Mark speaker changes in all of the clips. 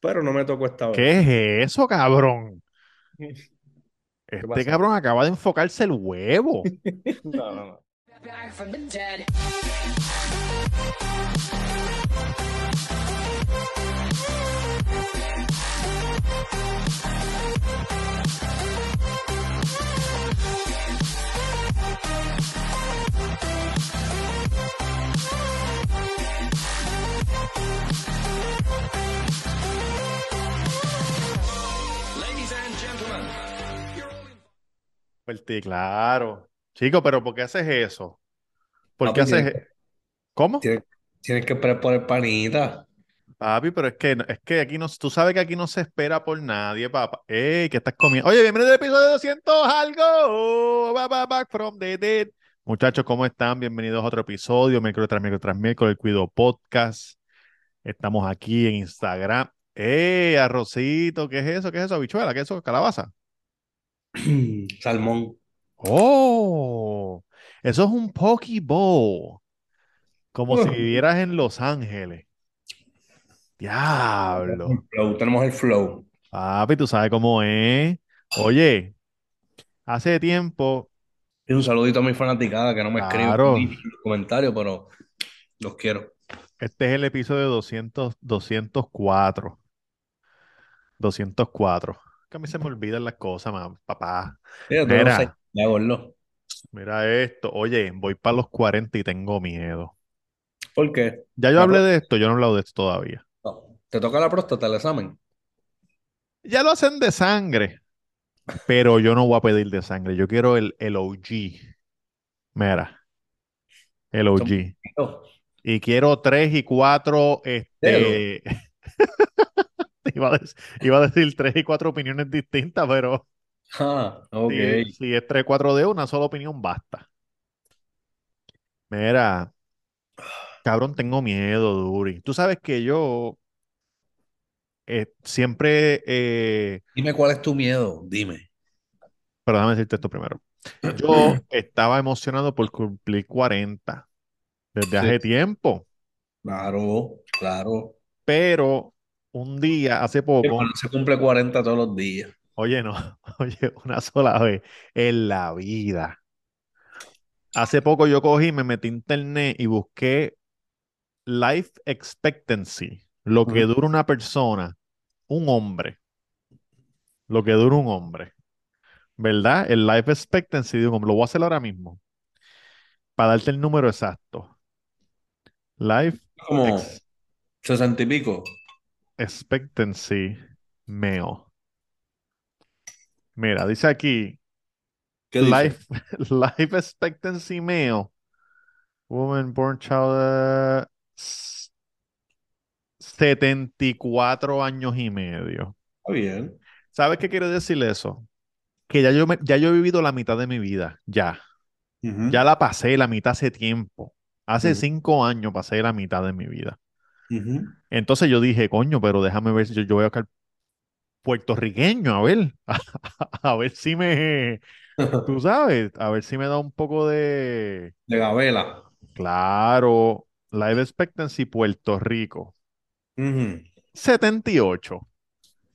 Speaker 1: pero no me tocó esta vez.
Speaker 2: ¿Qué es eso, cabrón? Este
Speaker 1: pasó?
Speaker 2: cabrón acaba de enfocarse el huevo.
Speaker 1: No, no, no.
Speaker 3: Back from the dead.
Speaker 2: Fuerte, claro. Chico, pero ¿por qué haces eso? ¿Por
Speaker 1: Papi,
Speaker 2: qué haces...
Speaker 1: Ah, pues, tienes
Speaker 2: ¿Cómo?
Speaker 1: Tienes que preparar panita.
Speaker 2: Papi, pero es que, no- es que aquí no, tú sabes que aquí no se espera por nadie, papá. ¡Ey, qué estás comiendo! Oye, bienvenido al episodio 200 algo. Ba, ba, back from the dead. Muchachos, ¿cómo están? Bienvenidos a otro episodio, miércoles tras miércoles tras miércoles, el Cuido Podcast. Estamos aquí en Instagram. ¡Ey, arrocito! ¿Qué es eso? ¿Qué es eso? ¿Habichuela? ¿Qué es eso? ¿Calabaza?
Speaker 1: Salmón.
Speaker 2: ¡Oh! Eso es un Poke Bowl. Como si
Speaker 1: Ujú.
Speaker 2: vivieras en Los Ángeles. ¡Diablo!
Speaker 1: Flow, tenemos el flow.
Speaker 2: Papi, tú sabes cómo es. Oye, hace tiempo,
Speaker 1: Y un saludito a mis fanaticadas que no me escriben
Speaker 2: Claro.
Speaker 1: ni en los comentarios, pero los quiero.
Speaker 2: este es el episodio 200, 204. 204. Que a mí se me olvidan las cosas, mam- papá.
Speaker 1: Mira, tú no
Speaker 2: Mira.
Speaker 1: sé, ya, gordo.
Speaker 2: Mira esto. Oye, voy para los 40 y tengo miedo.
Speaker 1: ¿Por qué?
Speaker 2: Ya yo
Speaker 1: La
Speaker 2: hablé
Speaker 1: pro-
Speaker 2: de esto, yo no he hablado de esto todavía.
Speaker 1: No. ¿Te toca la próstata el examen?
Speaker 2: Ya lo hacen de sangre, pero yo no voy a pedir de sangre. Yo quiero el, el OG. Mira, el OG.
Speaker 1: No.
Speaker 2: Y quiero tres y cuatro, este... iba, a dec- iba a decir tres y cuatro opiniones distintas, pero
Speaker 1: Ah, ok.
Speaker 2: si, si es tres, cuatro de una sola opinión, basta. Mira, cabrón, tengo miedo, Duri. Tú sabes que yo eh, siempre, eh,
Speaker 1: Dime cuál es tu miedo, dime.
Speaker 2: pero déjame decirte esto primero. Yo estaba emocionado por cumplir 40 desde hace tiempo,
Speaker 1: Claro, claro.
Speaker 2: pero un día, hace
Speaker 1: Pero
Speaker 2: poco...
Speaker 1: no se cumple 40 todos los días.
Speaker 2: Oye, no, oye, una sola vez en la vida. Hace poco yo cogí, me metí en internet y busqué life expectancy, lo que dura una persona, un hombre, lo que dura un hombre, ¿verdad? El life expectancy de un hombre, lo voy a hacer ahora mismo, para darte el número exacto. Life
Speaker 1: Como
Speaker 2: ex-
Speaker 1: 60 y pico.
Speaker 2: expectancy male. Mira, dice aquí.
Speaker 1: ¿Qué dice?
Speaker 2: Life, life expectancy male. Woman born child. eh, s- 74 años y medio.
Speaker 1: Está bien.
Speaker 2: ¿Sabes qué quiere decir eso? Que ya yo, me- ya yo he vivido la mitad de mi vida. Ya. Ya la pasé la mitad hace tiempo. Hace
Speaker 1: Ujú.
Speaker 2: cinco años pasé la mitad de mi vida.
Speaker 1: Ujú.
Speaker 2: Entonces yo dije, coño, pero déjame ver si yo, yo voy a buscar puertorriqueño, a ver, a ver si me, tú sabes, a ver si me da un poco de,
Speaker 1: De Gabela.
Speaker 2: claro, life expectancy Puerto Rico,
Speaker 1: Ujú.
Speaker 2: 78,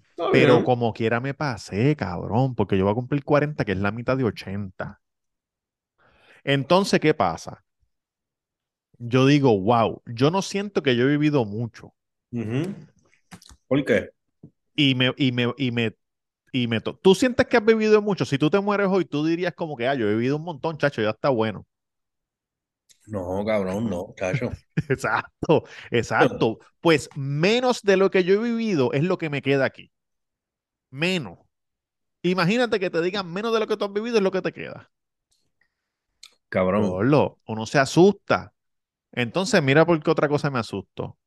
Speaker 1: Está
Speaker 2: pero
Speaker 1: bien.
Speaker 2: como quiera me pasé, cabrón, porque yo voy a cumplir 40, que es la mitad de 80. Entonces, ¿qué pasa? Yo digo, wow, yo no siento que yo he vivido mucho.
Speaker 1: Ujú. ¿Por qué?
Speaker 2: Y me, y me, y me, y me to- Tú sientes que has vivido mucho. Si tú te mueres hoy, tú dirías como que, ah, yo he vivido un montón, chacho, ya está bueno.
Speaker 1: No, cabrón, no, chacho.
Speaker 2: Exacto, exacto. Pues menos de lo que yo he vivido es lo que me queda aquí. Menos. Imagínate que te digan menos de lo que tú has vivido es lo que te queda.
Speaker 1: Cabrón.
Speaker 2: Gordo, uno se asusta. Entonces, mira por qué otra cosa me asustó.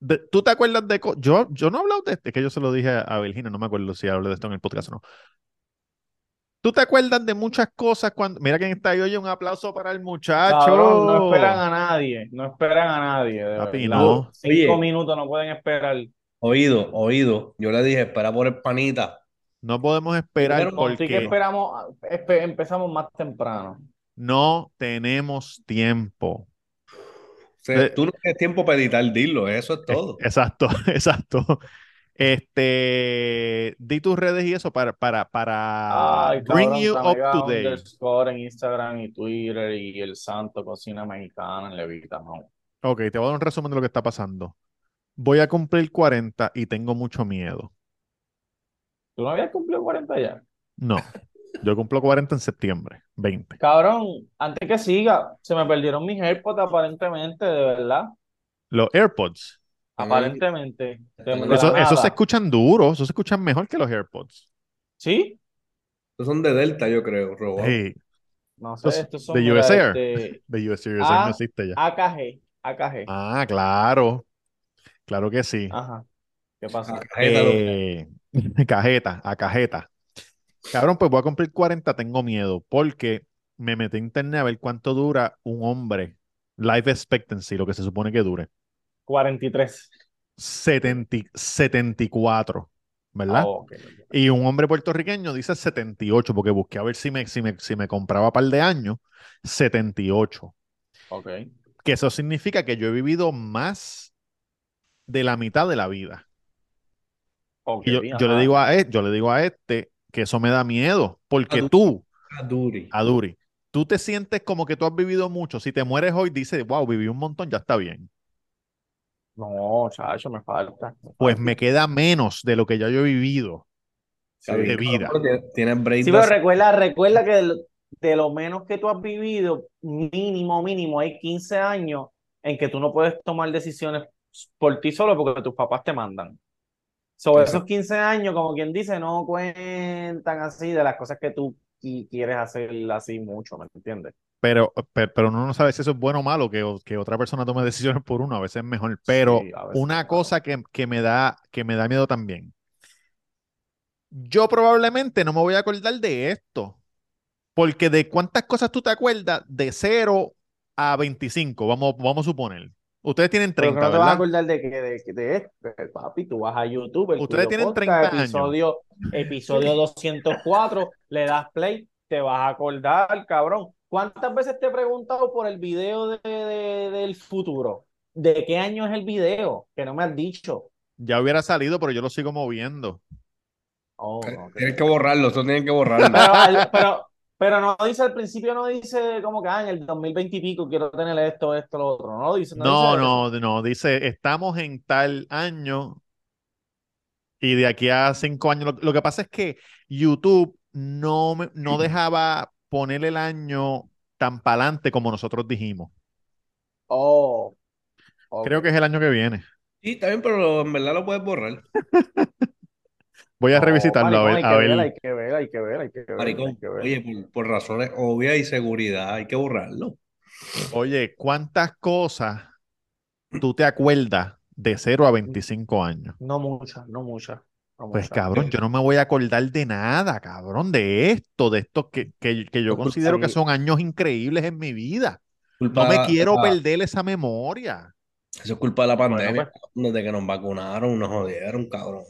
Speaker 2: De- ¿Tú te acuerdas de... co- Yo, yo no he hablado de esto, es que yo se lo dije a, a Virginia, no me acuerdo si hablé de esto en el podcast o no. ¿Tú te acuerdas de muchas cosas cuando... Mira quién está ahí, oye, un aplauso para el muchacho.
Speaker 4: Cabrón, no esperan a nadie, no esperan a nadie, de
Speaker 2: Papi,
Speaker 4: verdad.
Speaker 2: no.
Speaker 4: Cinco
Speaker 1: Oye.
Speaker 4: minutos no pueden esperar.
Speaker 1: Oído, oído. Yo le dije, espera por el panita.
Speaker 2: No podemos esperar
Speaker 1: Primero,
Speaker 4: Así que
Speaker 2: porque
Speaker 4: esperamos, espe- empezamos más temprano.
Speaker 2: no tenemos tiempo.
Speaker 1: sea,
Speaker 2: Eh.
Speaker 1: tú no tienes tiempo para editar, dilo, eso es todo.
Speaker 2: Exacto, exacto. Este, di tus redes y eso para, para, para
Speaker 4: Ay,
Speaker 2: Ah, bring
Speaker 4: cabrón,
Speaker 2: you up
Speaker 4: Tamega
Speaker 2: to date.
Speaker 4: underscore en Instagram y Twitter y el santo cocina mexicana en Levita, no.
Speaker 2: Ok, te voy a dar un resumen de lo que está pasando. Voy a cumplir 40 y tengo mucho miedo.
Speaker 4: ¿Tú no habías cumplido 40 ya?
Speaker 2: No, yo cumplo 40 en septiembre, 20.
Speaker 4: Cabrón, antes que siga, se me perdieron mis AirPods aparentemente, de verdad.
Speaker 2: Los AirPods,
Speaker 4: Aparentemente, de, de
Speaker 1: Eso-
Speaker 4: la
Speaker 2: esos, esos se
Speaker 4: nada.
Speaker 2: escuchan duros, esos se escuchan mejor que los AirPods.
Speaker 4: ¿Sí?
Speaker 1: Estos son de Delta, yo creo,
Speaker 4: Oh.
Speaker 1: robados.
Speaker 2: Sí,
Speaker 4: No sé,
Speaker 2: Los-
Speaker 4: estos son
Speaker 2: de
Speaker 4: mira,
Speaker 2: US Air.
Speaker 4: este,
Speaker 2: de US Series
Speaker 4: Ah.
Speaker 2: no existe ya.
Speaker 4: AKG, AKG.
Speaker 2: Ah, claro, claro que sí.
Speaker 4: Ajá. ¿Qué pasa?
Speaker 1: Cajeta, loco.
Speaker 2: Eh, cajeta, a cajeta. Cabrón, pues voy a cumplir 40, tengo miedo, porque me metí a internet a ver cuánto dura un hombre, life expectancy, lo que se supone que dure.
Speaker 4: 43.
Speaker 2: 70, 74, ¿verdad?
Speaker 4: Ah, ok.
Speaker 2: Y un hombre puertorriqueño dice 78, porque busqué a ver si me, si me, si me compraba par de años, 78.
Speaker 4: Ok.
Speaker 2: Que eso significa que yo he vivido más de la mitad de la vida.
Speaker 4: Ok,
Speaker 2: Y yo, yo le
Speaker 4: ajá.
Speaker 2: digo a este, yo le digo a este que eso me da miedo, porque
Speaker 1: Aduri.
Speaker 2: tú,
Speaker 1: Ah, Duri.
Speaker 2: Aduri, tú te sientes como que tú has vivido mucho. Si te mueres hoy, dices, wow, viví un montón, ya está bien.
Speaker 4: No, chacho, me falta. me
Speaker 2: Pues
Speaker 4: falta.
Speaker 2: me queda menos de lo que ya yo he vivido.
Speaker 1: Está bien,
Speaker 2: de vida.
Speaker 1: cabrón, pero Tienes break
Speaker 4: Sí,
Speaker 1: de
Speaker 4: pero
Speaker 1: hacer-
Speaker 4: recuerda, recuerda que de lo, de lo menos que tú has vivido, mínimo, mínimo, hay 15 años en que tú no puedes tomar decisiones por ti solo porque tus papás te mandan. Sobre esos
Speaker 1: Exacto.
Speaker 4: 15 años, como quien dice, no cuentan así de las cosas que tú qui- quieres hacer así mucho, ¿me entiendes?
Speaker 2: Pero, pe- pero, uno no sabe si eso es bueno o malo, que, o- que otra persona tome decisiones por uno, a veces es mejor. Pero
Speaker 4: Sí, a veces,
Speaker 2: una
Speaker 4: claro.
Speaker 2: cosa que, que me da, que me da miedo también. Yo probablemente no me voy a acordar de esto, porque de cuántas cosas tú te acuerdas, de 0 a 25, vamos, vamos a suponer. Ustedes tienen
Speaker 4: Pero
Speaker 2: 30,
Speaker 4: que no te vas a
Speaker 2: ¿verdad?
Speaker 4: acordar de que de, de este, papi, tú vas a YouTube, el
Speaker 2: Ustedes
Speaker 4: Cuido
Speaker 2: tienen 30
Speaker 4: Podcast,
Speaker 2: años.
Speaker 4: episodio, episodio 204, le das play, te vas a acordar, cabrón. ¿Cuántas veces te he preguntado por el video de, de- del futuro? ¿De qué año es el video? Que no me has dicho.
Speaker 2: Ya hubiera salido, pero yo lo sigo moviendo.
Speaker 4: Oh, no, que-
Speaker 1: Tienes que borrarlo, eso tienen que borrarlo.
Speaker 4: Pero, al- pero, pero no dice al principio, no dice como que ah, en el 2020 y pico quiero tener esto, esto, lo otro. No dice, no
Speaker 2: No,
Speaker 4: dice eso.
Speaker 2: no, no, dice, estamos en tal año y de aquí a cinco años. Lo, lo que pasa es que YouTube no, me- no dejaba poner el año tan pa'lante como nosotros dijimos.
Speaker 4: Oh, ok.
Speaker 2: Creo que es el año que viene.
Speaker 1: Sí, está bien, pero lo- en verdad lo puedes borrar.
Speaker 2: Voy a
Speaker 4: No,
Speaker 2: revisitarlo a
Speaker 4: maricón,
Speaker 2: ver,
Speaker 4: hay
Speaker 2: a
Speaker 4: que ver,
Speaker 2: ver.
Speaker 4: hay que ver, hay que ver, hay que ver, hay
Speaker 1: Maricón,
Speaker 4: que ver.
Speaker 1: oye, por, por razones obvias y seguridad, hay que borrarlo.
Speaker 2: Oye, ¿cuántas cosas tú te acuerdas de 0 a 25 años?
Speaker 4: No muchas, no muchas, no
Speaker 2: Pues
Speaker 4: muchas.
Speaker 2: cabrón, yo no me voy a acordar de nada, cabrón, de esto, de estos que, que- que yo
Speaker 1: Por
Speaker 2: considero que
Speaker 4: Sí.
Speaker 2: son años increíbles en mi vida. No
Speaker 1: Culpa-
Speaker 2: me quiero
Speaker 1: ah,
Speaker 2: perder esa memoria.
Speaker 1: Eso es culpa de la
Speaker 4: Bueno,
Speaker 1: pandemia, desde que nos vacunaron, nos jodieron, cabrón.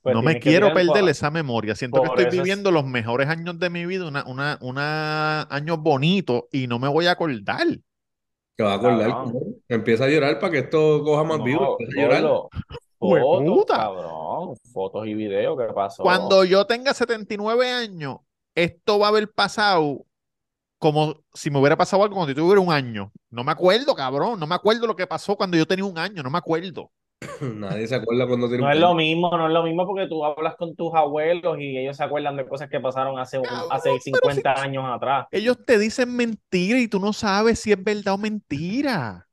Speaker 4: Pues
Speaker 2: no me
Speaker 4: tienes que
Speaker 2: quiero
Speaker 4: tirar
Speaker 2: perder
Speaker 4: por-
Speaker 2: esa memoria. Siento que
Speaker 4: por
Speaker 2: estoy
Speaker 4: eso es-
Speaker 2: viviendo los mejores años de mi vida, una, una, una años bonitos y no me voy a acordar.
Speaker 1: Te vas a acordar,
Speaker 4: Cabrón.
Speaker 1: cabrón. Empieza a llorar para que esto coja más
Speaker 4: No,
Speaker 1: vivo. Empieza a llorar.
Speaker 4: Gordo, fotos,
Speaker 2: ¡Hueputa!
Speaker 4: cabrón, fotos y videos, ¿qué pasó?
Speaker 2: Cuando yo tenga 79 años, esto va a haber pasado como si me hubiera pasado algo cuando yo tuviera un año. No me acuerdo, cabrón. No me acuerdo lo que pasó cuando yo tenía un año. No me acuerdo.
Speaker 1: Nadie se acuerda cuando tiene
Speaker 4: No
Speaker 1: un
Speaker 4: es lo
Speaker 1: cáncer.
Speaker 4: mismo, no es lo mismo porque tú hablas con tus abuelos y ellos se acuerdan de cosas que pasaron hace, un-
Speaker 2: Cabrón,
Speaker 4: hace 50 años atrás.
Speaker 2: Ellos te dicen mentira y tú no sabes si es verdad o mentira.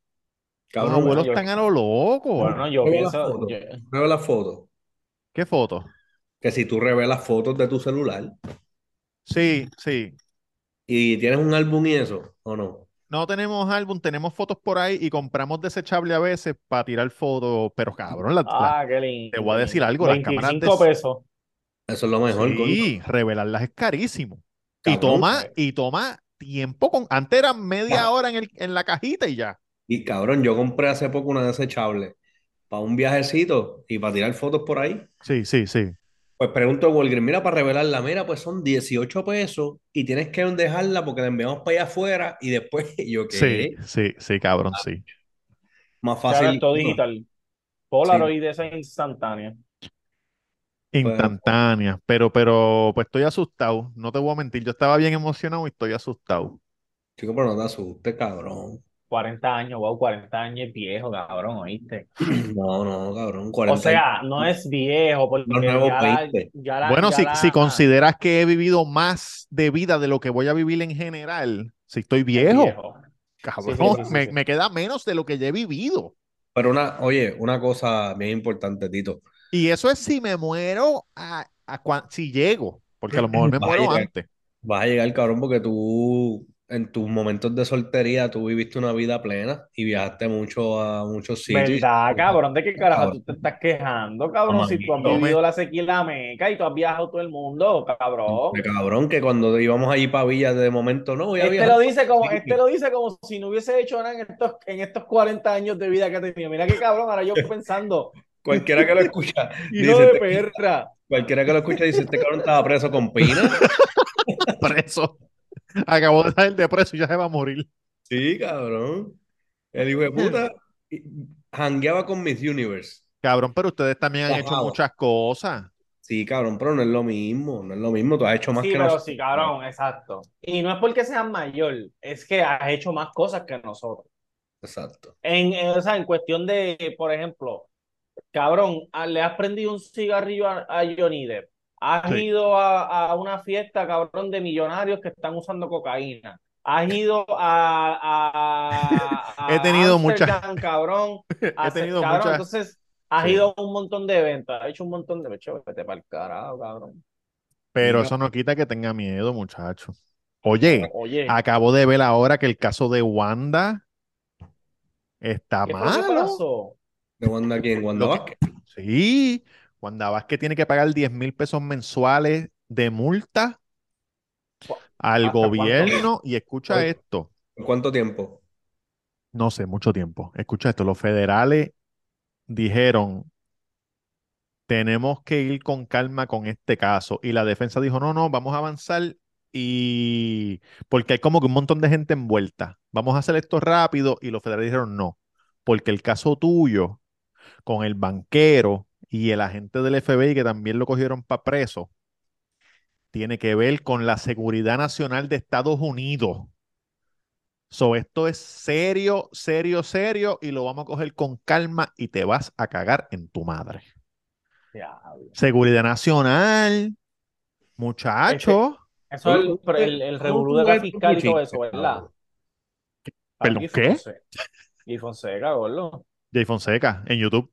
Speaker 2: Los
Speaker 1: Cabrón,
Speaker 2: abuelos
Speaker 4: yo-
Speaker 2: están a lo loco.
Speaker 4: Bueno, yo
Speaker 1: Luego las
Speaker 4: pienso,
Speaker 1: fotos.
Speaker 4: yo-
Speaker 1: revela las fotos.
Speaker 2: ¿Qué foto?
Speaker 1: Que si tú revelas fotos de tu celular
Speaker 4: Mm.
Speaker 2: Sí, sí.
Speaker 1: y tienes un álbum y eso, ¿o no?
Speaker 2: No tenemos álbum, tenemos fotos por ahí y compramos desechable a veces para tirar fotos. Pero cabrón, la- la-
Speaker 4: ah, qué lindo.
Speaker 2: te voy a decir
Speaker 4: lindo.
Speaker 2: algo, las cámaras de-
Speaker 4: 25 pesos.
Speaker 1: Eso es lo mejor, gordo.
Speaker 2: Sí, revelarlas es carísimo. Y
Speaker 1: Cabrón. pues.
Speaker 2: toma, y toma tiempo con. Antes eran media hora en, el, en la cajita y ya.
Speaker 1: Y cabrón, yo compré hace poco una desechable para un viajecito y para tirar fotos por ahí.
Speaker 2: Sí, sí, sí.
Speaker 1: Pues pregunto a Walgreens, mira, para revelarla, mira, pues son 18 pesos y tienes que dejarla porque la enviamos para allá afuera y después y yo
Speaker 2: Sí,
Speaker 1: qué.
Speaker 2: sí, sí, cabrón, sí.
Speaker 1: Ah, Más
Speaker 4: Ahora
Speaker 1: fácil.
Speaker 4: todo digital. Polaroid de esa instantánea.
Speaker 1: pues,
Speaker 2: Instantáneas, pero, pero, pues estoy asustado, no te voy a mentir, yo estaba bien emocionado y estoy asustado.
Speaker 1: Chico, pero no te asustes, cabrón.
Speaker 4: 40 años, wow, 40 años es viejo, cabrón, ¿oíste?
Speaker 1: No, no, cabrón.
Speaker 4: O
Speaker 1: 40
Speaker 4: sea, no es viejo, porque
Speaker 1: Los nuevos
Speaker 4: ya la-
Speaker 1: 20.
Speaker 4: ya la-
Speaker 2: Bueno,
Speaker 4: ya
Speaker 2: si,
Speaker 4: la-
Speaker 2: si consideras que he vivido más de vida de lo que voy a vivir en general, si estoy viejo, cabrón,
Speaker 4: sí, sí, sí,
Speaker 2: me,
Speaker 4: sí.
Speaker 2: me queda menos de lo que ya he vivido.
Speaker 1: Pero una, oye, una cosa bien importante, Tito.
Speaker 2: Y eso es si me muero, a, a cuan- si llego, porque a lo mejor me
Speaker 1: Vas a
Speaker 2: muero
Speaker 1: llegar.
Speaker 2: antes.
Speaker 1: Vas a llegar, cabrón, porque tú en tus momentos de soltería tú viviste una vida plena y viajaste mucho a muchos sitios.
Speaker 4: ¿Verdad, cabrón? ¿De qué carajo tú
Speaker 1: Cabrón.
Speaker 4: te estás quejando, cabrón? Si tú has
Speaker 2: No me-
Speaker 4: vivido la sequía y la meca y tú has viajado todo el mundo, cabrón.
Speaker 1: De cabrón, que cuando íbamos allí para Villa de momento no voy a
Speaker 4: Este
Speaker 1: viajar.
Speaker 4: lo, dice como,
Speaker 1: Sí.
Speaker 4: este lo dice como si no hubiese hecho nada en estos, en estos 40 años de vida que ha tenido. Mira qué cabrón, ahora yo pensando,
Speaker 1: Cualquiera que lo escucha,
Speaker 4: hijo
Speaker 1: dice,
Speaker 4: de
Speaker 1: "Este-
Speaker 4: perra.
Speaker 1: cualquiera que lo escucha dice, este cabrón estaba preso con Pina.
Speaker 2: preso. Acabó de salir de preso y ya se va a morir.
Speaker 1: Sí, cabrón. El hijo de puta y- jangueaba con Miss Universe.
Speaker 2: Cabrón, pero ustedes también han hecho
Speaker 1: Ajá.
Speaker 2: muchas cosas.
Speaker 1: Sí, cabrón, pero no es lo mismo, no es lo mismo. Tú has hecho más
Speaker 4: Sí,
Speaker 1: que
Speaker 4: pero
Speaker 1: nosotros.
Speaker 4: sí, cabrón, exacto. Y no es porque seas mayor, es que has hecho más cosas que nosotros.
Speaker 1: Exacto.
Speaker 4: En, en- o sea, en cuestión de, por ejemplo, cabrón, a- le has prendido un cigarrillo a, a Johnny Depp. Has
Speaker 2: Sí.
Speaker 4: ido a, a una fiesta, cabrón, de millonarios que están usando cocaína. Has ido a, a, a-
Speaker 2: He tenido
Speaker 4: a
Speaker 2: muchas-
Speaker 4: Amsterdam, cabrón.
Speaker 2: He
Speaker 4: a-
Speaker 2: tenido
Speaker 4: cabrón,
Speaker 2: muchas.
Speaker 4: entonces has
Speaker 2: Sí.
Speaker 4: ido a un montón de eventos, has hecho un montón de eventos. Vete para el carajo, cabrón.
Speaker 2: Pero
Speaker 1: Mira.
Speaker 2: eso no quita que tenga miedo, muchacho. Oye,
Speaker 4: Oye,
Speaker 2: acabo de ver ahora que el caso de Wanda está
Speaker 4: ¿qué fue lo que
Speaker 2: malo.
Speaker 4: pasó?
Speaker 1: ¿De Wanda quién? ¿Wanda
Speaker 2: Lo que-
Speaker 1: Vázquez?
Speaker 2: Sí, Wanda Vázquez tiene que pagar 10 mil pesos mensuales de multa al
Speaker 4: ¿Hasta cuándo?
Speaker 2: gobierno. Y escucha
Speaker 1: Oye.
Speaker 2: esto,
Speaker 1: ¿Por cuánto tiempo?
Speaker 2: no sé, mucho tiempo. Escucha esto, los federales dijeron, tenemos que ir con calma con este caso. Y la defensa dijo, no, no, vamos a avanzar y porque hay como que un montón de gente envuelta. Vamos a hacer esto rápido y los federales dijeron, no, porque el caso tuyo con el banquero y el agente del FBI que también lo cogieron para preso, tiene que ver con la seguridad nacional de Estados Unidos. So, esto es serio, serio, serio y lo vamos a coger con calma y te vas a cagar en tu madre.
Speaker 4: Diablo.
Speaker 2: Seguridad Nacional, muchacho.
Speaker 4: Eso es el, pero el, el revolú de la fiscal y todo eso, ¿verdad?
Speaker 2: ¿Perdón,
Speaker 4: Aquí
Speaker 2: qué?
Speaker 4: Fonseca. Y Fonseca, gordo.
Speaker 2: Jay Fonseca en YouTube.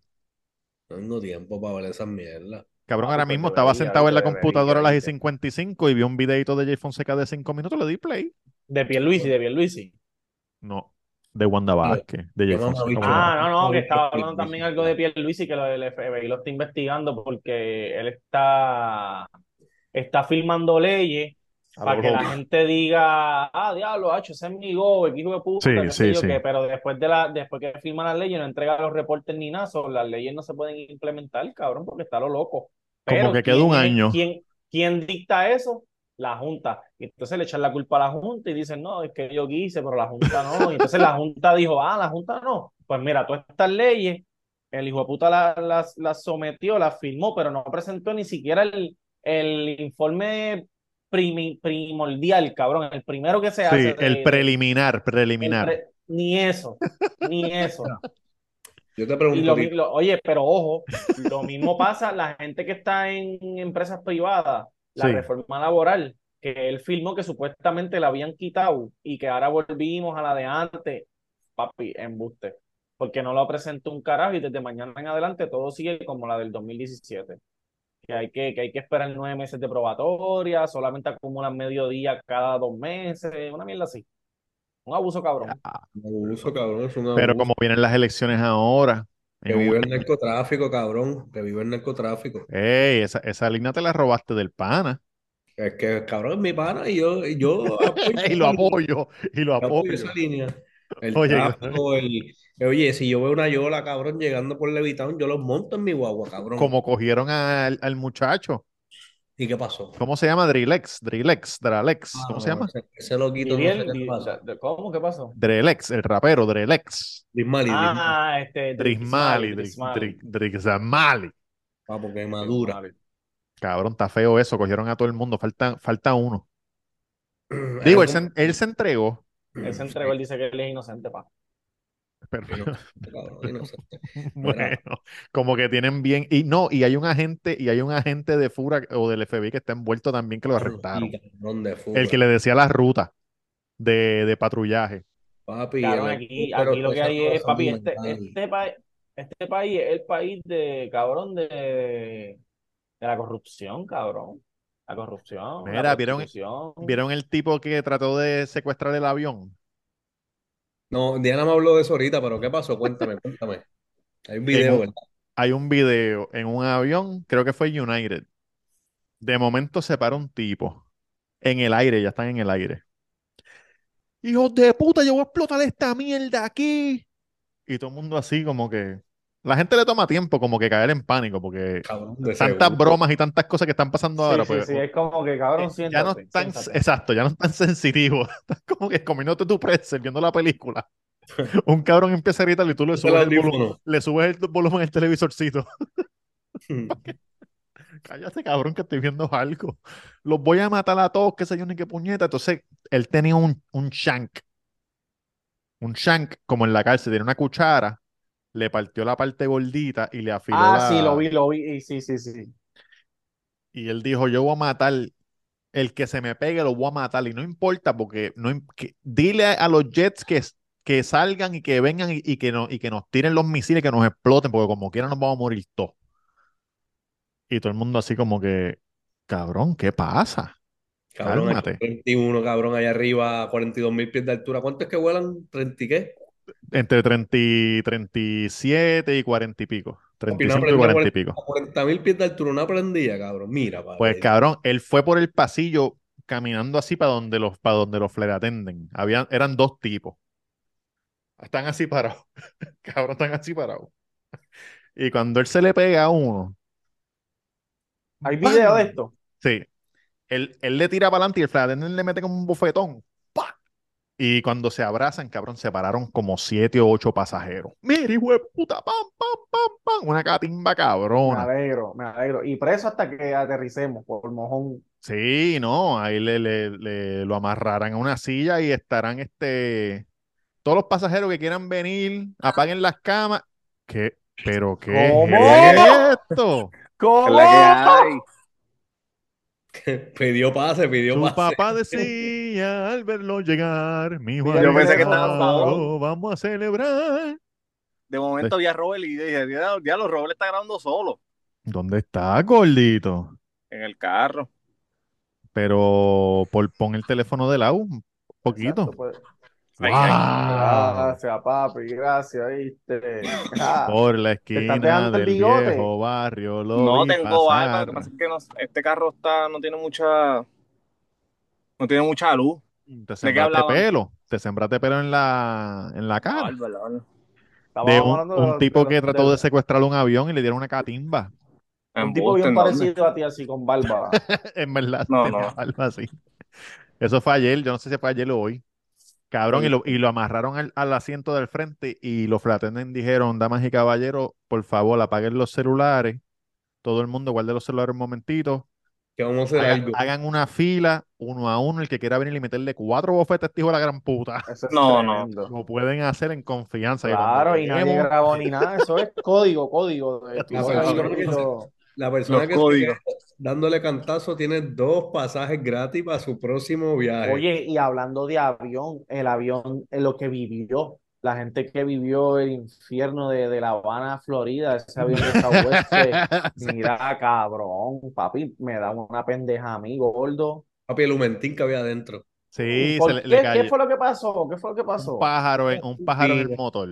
Speaker 1: No tengo tiempo para ver esas mierdas.
Speaker 2: Cabrón,
Speaker 4: Ah,
Speaker 2: ahora
Speaker 4: pues
Speaker 2: mismo
Speaker 4: debería,
Speaker 2: estaba sentado en la
Speaker 4: debería,
Speaker 2: computadora a las
Speaker 4: ¿viste?
Speaker 2: 55 y vi un videito de Jay Fonseca de 5 minutos, le di play.
Speaker 4: De Pierluisi, de Pierluisi.
Speaker 2: No, de Wanda Vázquez, de Jay
Speaker 1: Yo no me
Speaker 2: Fonseca.
Speaker 1: vi-
Speaker 2: Wanda
Speaker 4: Ah, no, no, que
Speaker 1: Pierluisi,
Speaker 4: estaba hablando también
Speaker 1: Pierluisi.
Speaker 4: algo de Pierluisi, que lo del FBI lo está investigando porque él está, está filmando leyes
Speaker 2: A
Speaker 4: para
Speaker 2: lo
Speaker 4: que la
Speaker 2: loco.
Speaker 4: gente diga, ah, diablo, hacho, ese es mi go, el hijo de puta,
Speaker 2: Sí,
Speaker 4: qué
Speaker 2: sí,
Speaker 4: sé yo
Speaker 2: sí.
Speaker 4: qué, pero después de la, después que firma las leyes no entrega los reportes ni nada, so, las leyes no se pueden implementar, cabrón, porque está lo loco. Pero
Speaker 2: Como que quedó un
Speaker 4: ¿quién es-
Speaker 2: año.
Speaker 4: quién, quién dicta eso? La Junta. Y entonces le echan la culpa a la Junta y dicen, no, es que yo quise, pero la Junta no. Y entonces la Junta dijo, ah, la Junta no. Pues mira, todas estas leyes, el hijo de puta la- las las sometió, las firmó, pero no presentó ni siquiera el, el informe primi- primordial, cabrón. El primero que se hace.
Speaker 2: Sí,
Speaker 4: de-
Speaker 2: el
Speaker 4: de-
Speaker 2: preliminar,
Speaker 4: el
Speaker 2: preliminar.
Speaker 4: pre- ni eso, ni eso.
Speaker 1: Yo te
Speaker 4: Y lo
Speaker 1: pregunto,
Speaker 4: mi-
Speaker 1: Tito,
Speaker 4: lo- oye, pero ojo, lo mismo pasa la gente que está en empresas privadas, la
Speaker 2: Sí.
Speaker 4: reforma laboral, que él firmó que supuestamente la habían quitado y que ahora volvimos a la de antes, papi, embuste, porque no lo presentó un carajo y desde mañana en adelante todo sigue como la del 2017. Que hay que, que hay que esperar nueve meses de probatoria, solamente acumulan medio día cada dos meses, una mierda así. Un abuso cabrón.
Speaker 2: Ah,
Speaker 1: un abuso, cabrón, es un
Speaker 2: Pero
Speaker 1: abuso.
Speaker 2: como vienen las elecciones ahora,
Speaker 1: Que
Speaker 2: en un
Speaker 1: vive el
Speaker 2: año-
Speaker 1: narcotráfico, cabrón, que vive el narcotráfico.
Speaker 2: Ey, esa, esa línea te la robaste del pana.
Speaker 1: Es que, cabrón, es mi pana y yo, y yo apoyo
Speaker 2: y lo
Speaker 1: esa línea, yo
Speaker 2: apoyo, y lo
Speaker 1: apoyo esa
Speaker 2: apoyo.
Speaker 1: línea. El
Speaker 2: Oye,
Speaker 1: tráfico, el... eh, Oye, si yo veo una yola, cabrón, llegando por Levitown, yo los monto en mi guagua, cabrón.
Speaker 2: como cogieron al, al muchacho.
Speaker 1: ¿Y qué pasó?
Speaker 2: ¿Cómo se llama? Drillex, Drillex, Dralex.
Speaker 1: Ah,
Speaker 2: ¿Cómo se llama?
Speaker 1: Ese, ese loquito, no sé
Speaker 4: Miguel,
Speaker 1: qué le
Speaker 4: di-
Speaker 1: pasa.
Speaker 4: de- ¿Cómo? ¿Qué pasó?
Speaker 2: Drelex, el rapero, Drelex.
Speaker 1: Dismali, Dismali.
Speaker 4: Ah, este.
Speaker 2: Drismali,
Speaker 4: Drismali.
Speaker 2: Dri- Dri- Drismali.
Speaker 4: Ah,
Speaker 1: Papo, que madura.
Speaker 2: Cabrón, está feo eso. Cogieron a todo el mundo. Falta, falta uno. Digo, él se, él se entregó.
Speaker 4: Él se entregó, él dice que él es inocente, pa.
Speaker 2: pero-
Speaker 1: Cabrón, inocente.
Speaker 2: bueno, como que tienen bien. Y no, y hay un agente, y hay un agente de FURA o del FBI que está envuelto también que lo arrestaron.
Speaker 1: Sí, cabrón de fútbol.
Speaker 2: El que le decía las rutas de, de patrullaje.
Speaker 1: Papi,
Speaker 4: Cabrón,
Speaker 1: el-
Speaker 4: aquí,
Speaker 1: pero
Speaker 4: aquí lo que
Speaker 1: esas
Speaker 4: hay
Speaker 1: cosas
Speaker 4: es,
Speaker 1: son
Speaker 4: papi, este,
Speaker 1: mentales.
Speaker 4: este, país, este país es el país de, cabrón, de, de la corrupción, cabrón. La corrupción, la
Speaker 2: Mira, ¿vieron-
Speaker 4: prostitución.
Speaker 2: ¿Vieron el tipo que trató de secuestrar el avión?
Speaker 1: No, Diana me habló de eso ahorita, pero ¿qué pasó? Cuéntame, cuéntame. Hay un video,
Speaker 2: un-
Speaker 1: ¿verdad?
Speaker 2: Hay un video en un avión, creo que fue United. De momento se para un tipo en el aire, ya están en el aire. Hijos de puta, yo voy a explotar esta mierda aquí. Y todo el mundo así como que... La gente le toma tiempo como que caer en pánico porque
Speaker 1: Cabrón, de
Speaker 2: tantas
Speaker 1: seguro.
Speaker 2: bromas y tantas cosas que están pasando
Speaker 4: Sí,
Speaker 2: ahora.
Speaker 4: sí,
Speaker 2: pues,
Speaker 4: sí, es como que, cabrón,
Speaker 2: eh, ya no
Speaker 4: siéntate,
Speaker 2: están,
Speaker 4: siéntate.
Speaker 2: exacto, ya no están sensitivos. Estás como que comiéndote tu pretzel viendo la película. Un cabrón empieza a gritar y tú le
Speaker 1: Quita
Speaker 2: subes
Speaker 1: el
Speaker 2: el
Speaker 1: audífono.
Speaker 2: volumen, le subes el volumen al televisorcito.
Speaker 1: Hmm.
Speaker 2: Cállate, cabrón, que estoy viendo algo. Los voy a matar a todos, qué sé yo, ni qué puñeta. Entonces, él tenía un, un shank. Un shank, como en la cárcel, tenía una cuchara, le partió la parte gordita y le afiló
Speaker 4: Ah,
Speaker 2: la-
Speaker 4: sí, lo vi, lo vi, y sí, sí, sí.
Speaker 2: Y él dijo, yo voy a matar, el que se me pegue lo voy a matar y no importa porque no im- que- dile a los Jets que, s- que salgan y que vengan y, y que no, y que nos tiren los misiles, que nos exploten porque como quiera nos vamos a morir todos. Y todo el mundo así como que, cabrón, ¿qué pasa?
Speaker 1: Cabrón, hay
Speaker 2: Cálmate.
Speaker 1: 31, cabrón, allá arriba, 42 mil pies de altura. ¿Cuánto es que vuelan? ¿30 y qué?
Speaker 2: Entre 30 y 37 y 40 y pico.
Speaker 1: Papi, una
Speaker 2: 35 y
Speaker 1: prendida
Speaker 2: 40 y
Speaker 1: cuarenta-
Speaker 2: pico.
Speaker 1: a 40 mil pies de altura, una prendida, cabrón. Mira, papi.
Speaker 2: Pues cabrón, él fue por el pasillo caminando así para donde los, para donde los fler atenden. Habían, eran dos tipos. Están así parados. Cabrón, están así parados. Y cuando él se le pega a uno,
Speaker 4: ¿Hay
Speaker 2: ¡pam!
Speaker 4: video de esto?
Speaker 2: Sí. Él, él le tira para adelante y el fler attendant le mete como un bofetón. ¡Pa! Y cuando se abrazan, cabrón, se pararon como siete o ocho pasajeros. Mira, hijo de puta, pam, pam, pam, pam. Una catimba
Speaker 4: Me
Speaker 2: cabrona.
Speaker 4: alegro, me alegro. Y preso hasta que aterricemos, por mojón.
Speaker 2: Sí, no, ahí le, le- le- lo amarrarán a una silla y estarán este todos los pasajeros que quieran venir, apaguen las camas. ¿Qué? ¿Pero qué es
Speaker 4: ¿Cómo?
Speaker 2: esto?
Speaker 4: ¿Cómo? ¡Oh!
Speaker 1: Pidió pase, pidió
Speaker 2: Tu
Speaker 1: pase.
Speaker 2: papá decía al verlo llegar, mi hijo
Speaker 4: Yo pensé que
Speaker 2: adorado,
Speaker 4: estaba enfadado.
Speaker 2: vamos a celebrar.
Speaker 3: De momento vi a Robert y dije, ya, ya lo Robert está grabando solo
Speaker 2: ¿Dónde está, gordito?
Speaker 3: en el carro.
Speaker 2: Pero por, pon el teléfono de lado un poquito.
Speaker 4: Exacto, pues.
Speaker 3: Ay,
Speaker 2: ¡Wow!
Speaker 4: Gracias, papi, gracias, ¿viste? Ah,
Speaker 2: Por la
Speaker 4: estás
Speaker 2: esquina
Speaker 4: dejando el
Speaker 2: del
Speaker 4: bigote.
Speaker 2: viejo barrio lo
Speaker 3: No
Speaker 2: vi
Speaker 3: tengo barba,
Speaker 2: pasar.
Speaker 3: lo que pasa es que no- este carro está, no tiene mucha, no tiene mucha luz.
Speaker 2: Te sembraste
Speaker 3: hablaban?
Speaker 2: pelo, te sembraste pelo en la, en la cara.
Speaker 3: Barba, la barba.
Speaker 4: estábamos
Speaker 2: De un,
Speaker 4: hablando
Speaker 2: un
Speaker 4: los-
Speaker 2: tipo
Speaker 4: los-
Speaker 2: que trató de
Speaker 4: del-
Speaker 2: secuestrar un avión y le dieron una catimba.
Speaker 4: Un tipo
Speaker 3: Embuste,
Speaker 4: bien
Speaker 3: ¿en dónde?
Speaker 4: parecido a ti, así con barba.
Speaker 2: En verdad,
Speaker 3: No,
Speaker 2: tenía
Speaker 3: no.
Speaker 2: algo así. Eso fue ayer, yo no sé si fue ayer o hoy. Cabrón, y lo, y lo amarraron al, al asiento del frente y los fratenden dijeron, damas y caballeros, por favor, apaguen los celulares. Todo el mundo guarde los celulares un momentito.
Speaker 1: Que vamos a hacer
Speaker 2: Haga-
Speaker 1: algo.
Speaker 2: hagan una fila, uno a uno, el que quiera venir y meterle cuatro bofetes, este hijo de la gran puta.
Speaker 4: Eso es
Speaker 3: No, no.
Speaker 4: tremendo.
Speaker 2: Lo pueden hacer en confianza. que cuando
Speaker 4: Claro, y nadie
Speaker 2: lleguemos-
Speaker 4: grabó ni nada. Eso es código, código. de- tú
Speaker 1: La
Speaker 4: vas ahí,
Speaker 1: persona que se-
Speaker 4: lo-
Speaker 1: La persona
Speaker 3: Los
Speaker 1: que
Speaker 3: códigos.
Speaker 1: esté dándole cantazo tiene dos pasajes gratis para su próximo viaje.
Speaker 4: Oye, y hablando de avión, el avión, eh, lo que vivió, la gente que vivió el infierno de, de La Habana, Florida, ese avión de Southwest, eh, mira, cabrón, papi, me da una pendeja a mí, gordo.
Speaker 1: Papi, el humentín que había adentro.
Speaker 2: Sí,
Speaker 4: ¿Por
Speaker 2: se le,
Speaker 4: qué?
Speaker 2: le
Speaker 4: ¿Qué
Speaker 2: cayó
Speaker 4: fue lo que pasó? ¿Qué fue lo que pasó?
Speaker 2: un pájaro, en, un pájaro en el
Speaker 1: Turbina.
Speaker 2: motor.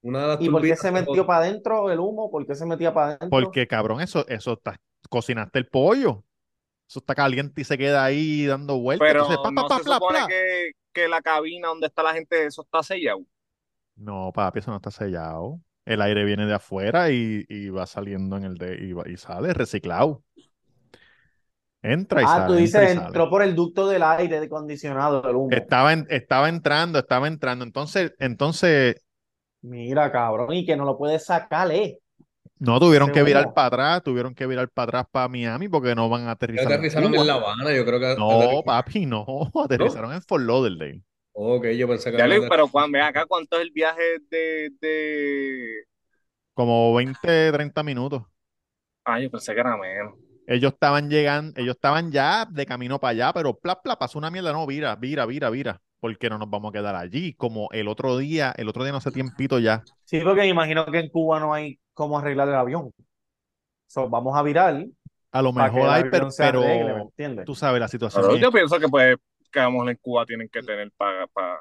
Speaker 1: Una de las
Speaker 4: ¿Y por qué
Speaker 1: turbinas
Speaker 4: se
Speaker 1: de
Speaker 4: metió para adentro el humo? ¿Por qué se metía para adentro?
Speaker 2: Porque, cabrón, eso, eso está, cocinaste el pollo. Eso está caliente y se queda ahí dando vueltas.
Speaker 3: Pero
Speaker 2: Entonces, pa, pa,
Speaker 3: no
Speaker 2: pa,
Speaker 3: se
Speaker 2: pla,
Speaker 3: supone
Speaker 2: pla.
Speaker 3: que, que la cabina donde está la gente, eso está sellado.
Speaker 2: No, papi, eso no está sellado. El aire viene de afuera y, y va saliendo en el de y, va- y sale reciclado. Entra y
Speaker 4: Ah,
Speaker 2: sale.
Speaker 4: tú
Speaker 2: entra
Speaker 4: dices,
Speaker 2: y sale. Este
Speaker 4: entró por el ducto del aire acondicionado, el humo.
Speaker 2: Estaba, en- estaba entrando, estaba entrando. Entonces, entonces
Speaker 4: Mira, cabrón, y que no lo puedes sacar, ¿eh?
Speaker 2: no tuvieron
Speaker 4: Ese
Speaker 2: que virar
Speaker 4: humo.
Speaker 2: para atrás, tuvieron que virar para atrás para Miami porque no van a
Speaker 1: Ya
Speaker 2: aterrizar. en
Speaker 1: aterrizaron
Speaker 2: Cuba.
Speaker 1: en La Habana, yo creo que
Speaker 2: No,
Speaker 1: aterrizaron-
Speaker 2: papi, no. Aterrizaron en Fort Lauderdale.
Speaker 1: Ok, yo pensé que
Speaker 3: Ya le-
Speaker 1: habían
Speaker 3: pero Juan, ven acá, ¿cuánto es el viaje de, de...
Speaker 2: Como 20, 30 minutos.
Speaker 3: Ay, yo pensé que era menos.
Speaker 2: Ellos estaban llegando, ellos estaban ya de camino para allá, pero pla, pla, pasó una mierda, no, vira, vira, vira, vira, porque no nos vamos a quedar allí, como el otro día, el otro día no hace tiempito ya.
Speaker 4: Sí, porque me imagino que en Cuba no hay cómo arreglar el avión. So, vamos a virar
Speaker 2: A lo
Speaker 4: para que
Speaker 2: mejor
Speaker 4: el
Speaker 2: hay,
Speaker 4: avión
Speaker 2: pero,
Speaker 4: se arregle, ¿me
Speaker 2: pero
Speaker 4: entiendes?
Speaker 2: tú sabes la situación.
Speaker 3: Pero
Speaker 2: es-
Speaker 3: yo pienso que pues que vamos en Cuba tienen que tener para... para-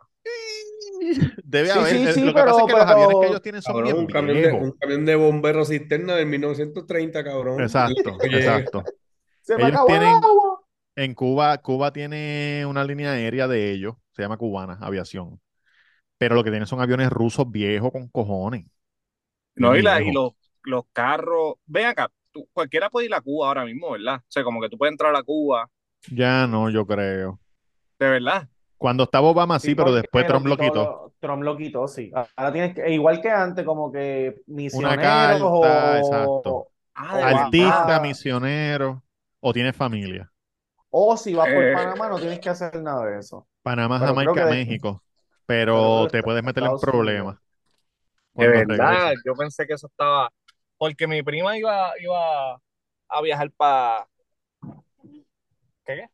Speaker 2: Debe
Speaker 4: Sí,
Speaker 2: haber.
Speaker 4: sí,
Speaker 2: eh,
Speaker 4: sí,
Speaker 2: lo que pasa es que
Speaker 4: pero-
Speaker 2: los aviones que
Speaker 4: pero-
Speaker 2: ellos tienen son
Speaker 1: Cabrón,
Speaker 2: bien
Speaker 1: un camión, de,
Speaker 2: viejos.
Speaker 1: un camión de bomberos cisterna del 1930, cabrón.
Speaker 2: Exacto,
Speaker 1: Oye,
Speaker 2: exacto.
Speaker 4: Se me
Speaker 2: Ellos
Speaker 4: acabó el
Speaker 2: tienen-
Speaker 4: agua.
Speaker 2: En Cuba, Cuba tiene una línea aérea de ellos, se llama Cubana Aviación. Pero lo que tienen son aviones rusos viejos con cojones.
Speaker 3: No, y,
Speaker 2: bien
Speaker 3: la, y
Speaker 2: viejos.
Speaker 3: los, los carros... Ven acá, tú- cualquiera puede ir a Cuba ahora mismo, ¿verdad? O sea, como que tú puedes entrar a Cuba,
Speaker 2: Ya no, yo creo.
Speaker 3: de verdad.
Speaker 2: Cuando estaba Obama sí, pero
Speaker 4: porque
Speaker 2: después Trump lo quitó.
Speaker 4: lo- Trump lo quitó, sí. Ahora tienes que, igual que antes, como que misioneros
Speaker 2: carta,
Speaker 4: o,
Speaker 2: exacto.
Speaker 3: Ah,
Speaker 4: o
Speaker 3: de
Speaker 4: va-
Speaker 2: Artista,
Speaker 4: va-
Speaker 2: misionero o tiene familia.
Speaker 4: o si vas por
Speaker 3: Eh.
Speaker 4: Panamá, no tienes que hacer nada de eso.
Speaker 2: Panamá,
Speaker 4: Pero creo
Speaker 2: Jamaica,
Speaker 4: que de-
Speaker 2: México.
Speaker 4: pero creo
Speaker 2: Pero
Speaker 4: que
Speaker 2: te
Speaker 4: está-
Speaker 2: puedes meter en
Speaker 4: Estados
Speaker 2: problemas
Speaker 3: De
Speaker 2: cuando
Speaker 3: verdad,
Speaker 2: regreses.
Speaker 3: yo pensé que eso estaba... Porque mi prima iba, iba a viajar para... ¿Qué, qué?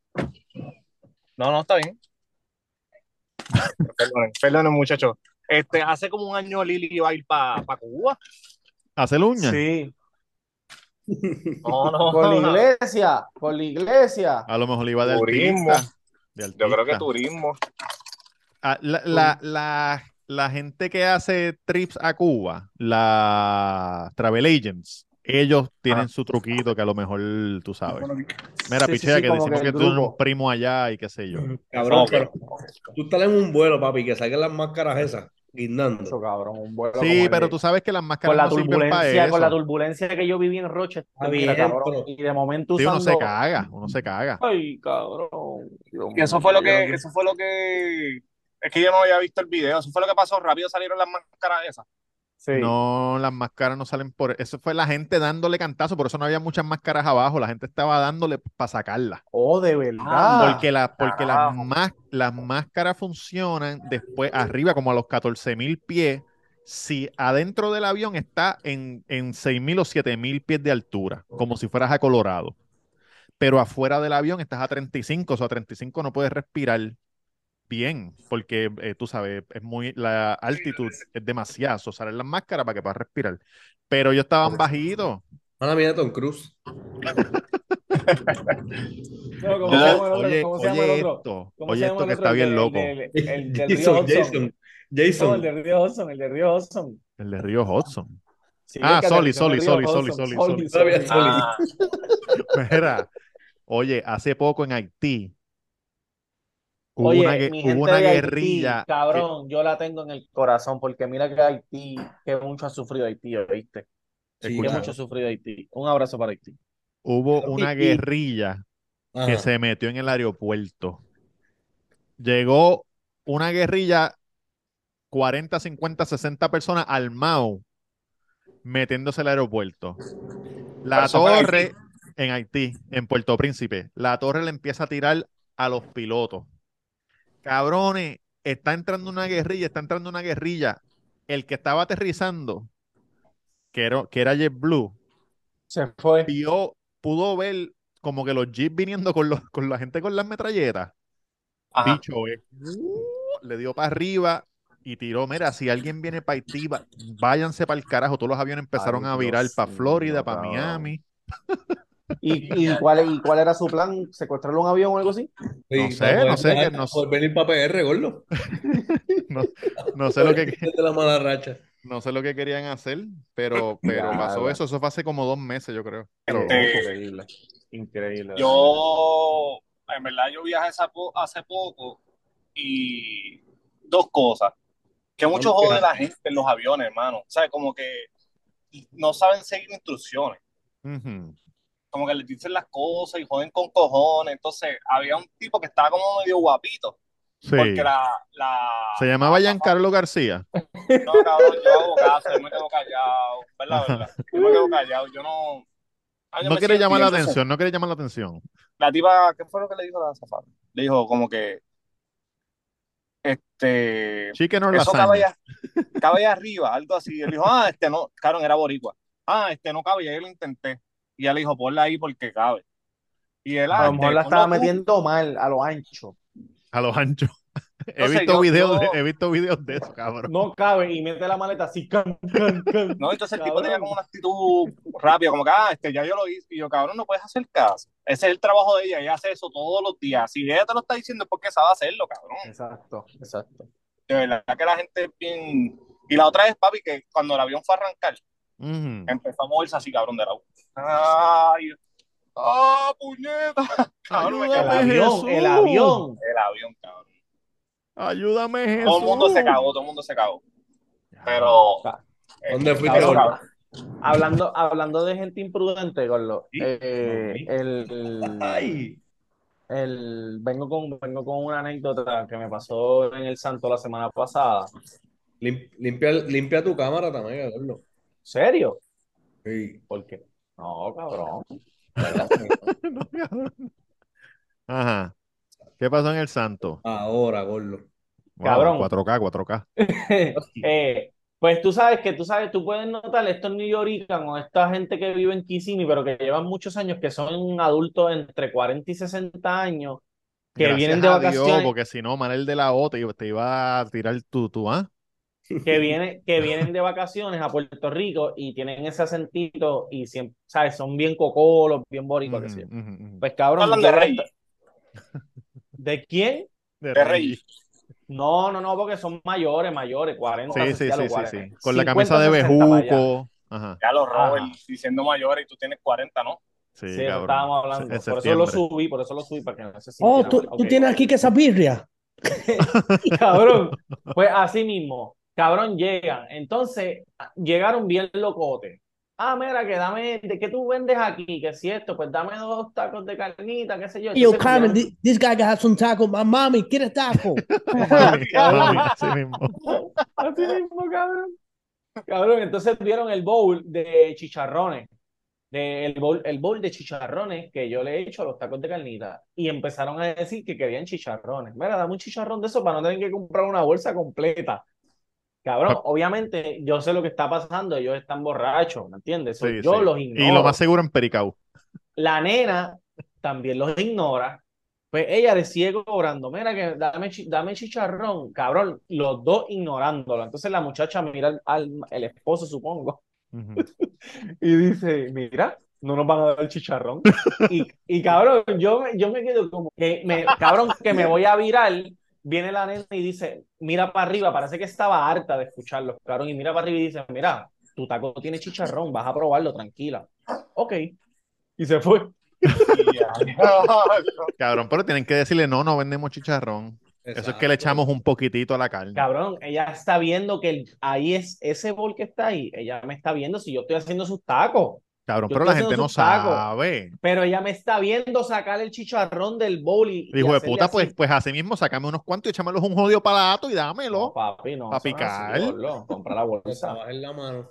Speaker 3: No, no, está bien. Perdonen, perdonen, muchachos. Este, hace como un año Lili iba a ir para Cuba.
Speaker 2: Hacer uñas.
Speaker 4: Sí,
Speaker 3: No, no.
Speaker 4: por la
Speaker 3: no.
Speaker 4: iglesia, por la iglesia.
Speaker 2: A lo mejor le iba de
Speaker 3: Turismo.
Speaker 2: artista. de
Speaker 3: Yo creo que
Speaker 2: artista.
Speaker 3: turismo.
Speaker 2: Ah, la, la- la- la gente que hace trips a Cuba, la travel agents, ellos
Speaker 4: Ah.
Speaker 2: tienen su truquito que a lo mejor tú sabes. Mira,
Speaker 4: Sí, sí,
Speaker 2: pichea,
Speaker 4: sí,
Speaker 2: que
Speaker 4: como
Speaker 2: decimos
Speaker 4: que
Speaker 2: que
Speaker 4: el
Speaker 2: tú eres un
Speaker 4: grupo.
Speaker 2: primo allá y qué sé yo.
Speaker 1: Cabrón,
Speaker 3: Ok.
Speaker 1: pero tú estás en un vuelo, papi, que saquen las máscaras esas, guindando.
Speaker 4: Mucho, cabrón, un vuelo como
Speaker 2: Sí,
Speaker 4: el
Speaker 2: pero
Speaker 4: de-
Speaker 2: tú sabes que las máscaras
Speaker 4: con la
Speaker 2: no sirven para
Speaker 4: turbulencia, con la
Speaker 2: eso.
Speaker 4: turbulencia que yo viví en Rochester,
Speaker 1: Está
Speaker 4: Ah, mira,
Speaker 1: bien,
Speaker 4: cabrón,
Speaker 1: pero-
Speaker 4: y de momento
Speaker 2: Sí, uno se
Speaker 4: usando,
Speaker 2: caga, uno se caga.
Speaker 4: ay, cabrón, Dios
Speaker 3: Y eso
Speaker 4: mío,
Speaker 3: fue lo
Speaker 4: yo
Speaker 3: que,
Speaker 4: no quiero-
Speaker 3: eso fue lo que, es que yo no había visto el video. Eso fue lo que pasó. Rápido salieron las máscaras esas.
Speaker 4: Sí.
Speaker 2: No, las máscaras no salen por... Eso fue la gente dándole cantazo, por eso no había muchas máscaras abajo, la gente estaba dándole para sacarlas.
Speaker 4: Oh, de verdad.
Speaker 3: Ah,
Speaker 2: Porque, la, porque las,
Speaker 3: carajo.
Speaker 2: más, las máscaras funcionan después arriba, como a los 14 mil pies, si adentro del avión está en, en 6 mil o 7 mil pies de altura, como si fueras a Colorado. Pero afuera del avión estás a 35, o sea, a 35 no puedes respirar bien, porque eh, tú sabes, es muy, la altitud es demasiado, o sea, las máscaras para que puedas respirar. Pero ellos estaban bajitos.
Speaker 1: Mala mía, Tom Cruise.
Speaker 4: No, ¿cómo se
Speaker 2: Oye,
Speaker 4: llama el otro?
Speaker 2: oye,
Speaker 4: ¿Cómo se llama el otro?
Speaker 2: esto,
Speaker 4: ¿Cómo
Speaker 2: oye
Speaker 4: se llama
Speaker 2: esto
Speaker 4: el
Speaker 2: que
Speaker 4: otro?
Speaker 2: está
Speaker 4: El
Speaker 2: bien
Speaker 4: de-
Speaker 2: loco.
Speaker 4: El, del- el del río
Speaker 1: Jason,
Speaker 4: Hudson.
Speaker 1: Jason,
Speaker 4: No,
Speaker 1: Jason.
Speaker 4: el del río Hudson, el del río Hudson.
Speaker 2: El de Río Hudson.
Speaker 4: Sí,
Speaker 2: Ah,
Speaker 4: el que
Speaker 2: Soli,
Speaker 4: aterrizó en el
Speaker 2: Soli,
Speaker 4: río
Speaker 2: Soli, Soli,
Speaker 4: Hudson.
Speaker 2: Soli, Soli.
Speaker 1: Todavía
Speaker 4: Soli.
Speaker 1: Soli.
Speaker 3: Ah,
Speaker 2: Mira, oye, hace poco en Haití hubo
Speaker 4: Oye,
Speaker 2: una, gue-
Speaker 4: mi
Speaker 2: hubo
Speaker 4: gente
Speaker 2: una
Speaker 4: de Haití,
Speaker 2: guerrilla. que-
Speaker 4: cabrón, yo la tengo en el corazón porque mira que Haití, que mucho ha sufrido Haití, ¿oíste?
Speaker 1: Sí,
Speaker 4: Que
Speaker 2: escucha,
Speaker 1: claro.
Speaker 4: mucho ha sufrido Haití. Un abrazo para Haití.
Speaker 2: hubo una
Speaker 4: Y-
Speaker 2: guerrilla que
Speaker 1: Ajá.
Speaker 2: se metió en el aeropuerto. Llegó una guerrilla, 40, 50, 60 personas al MAU, metiéndose al aeropuerto. La
Speaker 3: Pero eso fue en
Speaker 2: torre en Haití, en Puerto Príncipe, la torre le empieza a tirar a los pilotos. Cabrones, está entrando una guerrilla, está entrando una guerrilla. El que estaba aterrizando, que era, que era JetBlue,
Speaker 4: Se fue.
Speaker 2: vio, pudo ver como que los jeeps viniendo con, los, con la gente con las metralletas.
Speaker 3: Ajá.
Speaker 2: Bicho, eh, le dio para arriba y tiró. Mira, si alguien viene para Haití, va- váyanse para el carajo. Todos los aviones empezaron
Speaker 4: Ay,
Speaker 2: a virar
Speaker 4: Dios
Speaker 2: para Florida,
Speaker 4: mío,
Speaker 2: para
Speaker 4: cabrón.
Speaker 2: Miami.
Speaker 4: ¿Y, y cuál, y cuál era su plan? ¿Secuestrarle un avión o algo así?
Speaker 2: No
Speaker 1: Sí,
Speaker 2: sé,
Speaker 1: para poder
Speaker 2: no sé,
Speaker 1: viajar,
Speaker 2: que no-
Speaker 1: para poder venir para PR, gordo.
Speaker 2: No, no sé lo que,
Speaker 1: Desde la mala racha.
Speaker 2: no sé lo que querían hacer, pero, pero
Speaker 4: Ya,
Speaker 2: pasó
Speaker 4: ya.
Speaker 2: eso. Eso fue hace como dos meses, yo creo. Pero eh,
Speaker 3: Este,
Speaker 2: loco.
Speaker 4: Increíble. Increíble.
Speaker 3: Yo, en verdad, yo viajé hace po- hace poco y dos cosas. Que mucho
Speaker 1: ¿Dónde
Speaker 3: jode la gente en los aviones, hermano. O sea, como que no saben seguir instrucciones.
Speaker 2: Ujú.
Speaker 3: como que les dicen las cosas y joden con cojones. Entonces, había un tipo que estaba como medio guapito,
Speaker 2: Sí.
Speaker 3: porque la, la-
Speaker 2: Se llamaba Giancarlo García.
Speaker 3: No, cabrón, yo hago caso, yo me quedo callado, ¿verdad, verdad? Yo me quedo callado, yo no... Ay, yo
Speaker 2: No
Speaker 3: me
Speaker 2: quiere
Speaker 3: siento-
Speaker 2: llamar
Speaker 3: y
Speaker 2: la
Speaker 3: entonces,
Speaker 2: atención, no quiere llamar la atención.
Speaker 3: La tipa, ¿qué fue lo que le dijo la azafata? Le dijo como que, este,
Speaker 2: Chicken or
Speaker 3: eso cabe
Speaker 2: lasaña.
Speaker 3: allá, cabe allá arriba, algo así. Él dijo, ah, este no, cabrón, era boricua. Ah, este no cabe, y ahí lo intenté. Y ella le dijo, ponla ahí porque cabe. Y él,
Speaker 4: A
Speaker 3: ah,
Speaker 4: lo mejor
Speaker 3: este,
Speaker 4: la estaba
Speaker 3: ponlo tú.
Speaker 4: metiendo mal, a lo ancho.
Speaker 2: A los anchos. He
Speaker 3: Entonces,
Speaker 2: visto
Speaker 3: yo-
Speaker 2: videos de,
Speaker 3: yo-
Speaker 2: he visto videos de eso, cabrón.
Speaker 4: No cabe y mete la maleta así. can, can, can.
Speaker 3: No, entonces el tipo tenía
Speaker 4: Cabrón.
Speaker 3: como una actitud rápida, como que, ah, este, ya yo lo hice. Y yo, cabrón, no puedes hacer caso. Ese es el trabajo de ella, ella hace eso todos los días. Si ella te lo está diciendo es porque sabe hacerlo, cabrón.
Speaker 4: Exacto, exacto.
Speaker 3: De verdad que la gente es bien... Y la otra es, papi, que cuando el avión fue a arrancar,
Speaker 2: Ujú.
Speaker 3: empezó a moverse así, cabrón, de la... ¡Ay! ¡Ah, puñeta! Cabrón, me
Speaker 4: El
Speaker 3: quedé-
Speaker 2: Ayúdame,
Speaker 4: avión,
Speaker 2: Jesús.
Speaker 4: el avión.
Speaker 3: el avión, cabrón.
Speaker 2: Ayúdame, Jesús.
Speaker 3: Todo el mundo se cagó, todo el mundo se cagó. Pero.
Speaker 1: ¿Dónde
Speaker 3: eh,
Speaker 1: fuiste
Speaker 3: cabrón,
Speaker 1: solo?
Speaker 3: cabrón.
Speaker 4: Hablando, hablando de gente imprudente, Gorlo,
Speaker 3: Sí,
Speaker 4: eh,
Speaker 3: sí.
Speaker 4: el,
Speaker 1: Ay.
Speaker 4: el- vengo con, vengo con una anécdota que me pasó en el Santo la semana pasada.
Speaker 1: Lim- Limpia, limpia tu cámara también, Carlos.
Speaker 4: ¿Serio?
Speaker 1: Sí.
Speaker 4: ¿Por qué? No, cabrón.
Speaker 2: No, cabrón. Ajá. ¿Qué pasó en el Santo?
Speaker 1: Ahora, Gordo.
Speaker 2: Wow,
Speaker 4: Cabrón.
Speaker 2: 4K, 4K.
Speaker 4: Eh, pues tú sabes que tú sabes, tú puedes notar estos New Yorkan o esta gente que vive en Kissimmee, pero que llevan muchos años, que son adultos entre 40 y 60 años, que
Speaker 2: Gracias
Speaker 4: vienen de
Speaker 2: a Dios,
Speaker 4: vacaciones.
Speaker 2: porque si no, Manel de la O te, iba- te iba a tirar tu, tu, ¿ah?
Speaker 4: que, viene, que vienen de vacaciones a Puerto Rico y tienen ese acentito y siempre, ¿sabes? Son bien cocolos, bien boricuas, qué sé yo.
Speaker 2: Ujú, ujú, ujú.
Speaker 4: Pues cabrón,
Speaker 3: Hablan de
Speaker 4: yo
Speaker 3: rey.
Speaker 4: ¿De quién?
Speaker 3: De rey.
Speaker 4: No, no, no, porque son mayores, mayores, 40,
Speaker 2: Sí, sí,
Speaker 4: ya los
Speaker 2: sí, sí,
Speaker 4: 40,
Speaker 2: sí. Con la
Speaker 4: 50,
Speaker 2: camisa de
Speaker 4: 60 para allá.
Speaker 2: bejuco. Ajá.
Speaker 3: Ya los
Speaker 4: Ajá.
Speaker 3: Robert, diciendo mayores y tú tienes 40, ¿no?
Speaker 2: Sí,
Speaker 4: Sí, eso
Speaker 2: cabrón.
Speaker 4: estábamos hablando.
Speaker 2: En
Speaker 4: Por eso lo
Speaker 2: septiembre.
Speaker 4: subí, por eso lo subí, para que no se
Speaker 5: Oh,
Speaker 4: sintiera
Speaker 5: tú,
Speaker 4: mal.
Speaker 5: tú
Speaker 4: Ok.
Speaker 5: tienes aquí que esa birria.
Speaker 4: Cabrón, pues así mismo, cabrón, llegan. Entonces, llegaron bien locote. Ah, mira, que dame, ¿de qué tú vendes aquí? Que si esto, pues dame dos tacos de carnita, qué sé yo.
Speaker 5: Yo,
Speaker 4: Entonces,
Speaker 5: Carmen,
Speaker 4: ya-
Speaker 5: thi- this guy has some taco. My mommy, ¿quieres taco?
Speaker 2: Mami, mami, así mismo.
Speaker 4: Así mismo, cabrón. Cabrón, entonces vieron el bowl de chicharrones. de- el, bowl, el bowl de chicharrones que yo le he hecho a los tacos de carnita. Y empezaron a decir que querían chicharrones. Mira, dame un chicharrón de eso para no tener que comprar una bolsa completa. Cabrón,
Speaker 2: Pa-
Speaker 4: obviamente yo sé lo que está pasando. Ellos están borrachos, ¿me entiendes? So,
Speaker 2: Sí,
Speaker 4: yo
Speaker 2: sí.
Speaker 4: los
Speaker 2: Y lo
Speaker 4: ignoro.
Speaker 2: más seguro en Pericao.
Speaker 4: La nena también los ignora. Pues ella le sigue cobrando, mira que dame, chi- dame chicharrón, cabrón, los dos ignorándolo. Entonces la muchacha mira al, al- el esposo, supongo,
Speaker 2: Ujú.
Speaker 4: y dice, mira, no nos van a dar chicharrón. Y, y cabrón, yo, me- yo me quedo como, que me, cabrón, que me voy a virar. Viene la nena y dice, mira para arriba, parece que estaba harta de escucharlos, cabrón, y mira para arriba y dice, mira, tu taco tiene chicharrón, vas a probarlo, tranquila. Ok. Y se fue.
Speaker 3: Y ya.
Speaker 2: Cabrón, pero tienen que decirle, no, no vendemos chicharrón. Eso es que le echamos un poquitito a la carne.
Speaker 4: Cabrón, ella está viendo que el- ahí es ese bol que está ahí. Ella me está viendo si yo estoy haciendo sus tacos,
Speaker 2: Cabrón,
Speaker 4: Yo
Speaker 2: pero
Speaker 4: estoy
Speaker 2: la
Speaker 4: haciendo
Speaker 2: gente no
Speaker 4: sus tacos.
Speaker 2: sabe.
Speaker 4: pero ella me está viendo sacar el chicharrón del bol y, y
Speaker 2: Hijo de
Speaker 4: hacerle
Speaker 2: puta,
Speaker 4: así.
Speaker 2: pues, pues así mismo, sacame unos cuantos y échamelos un jodido palato y
Speaker 4: No,
Speaker 2: dámelo.
Speaker 4: papi,
Speaker 2: pa'
Speaker 4: no. eso no es así,
Speaker 2: picar.
Speaker 4: gordo, compra la bolsa.
Speaker 1: Soltabas en la mano.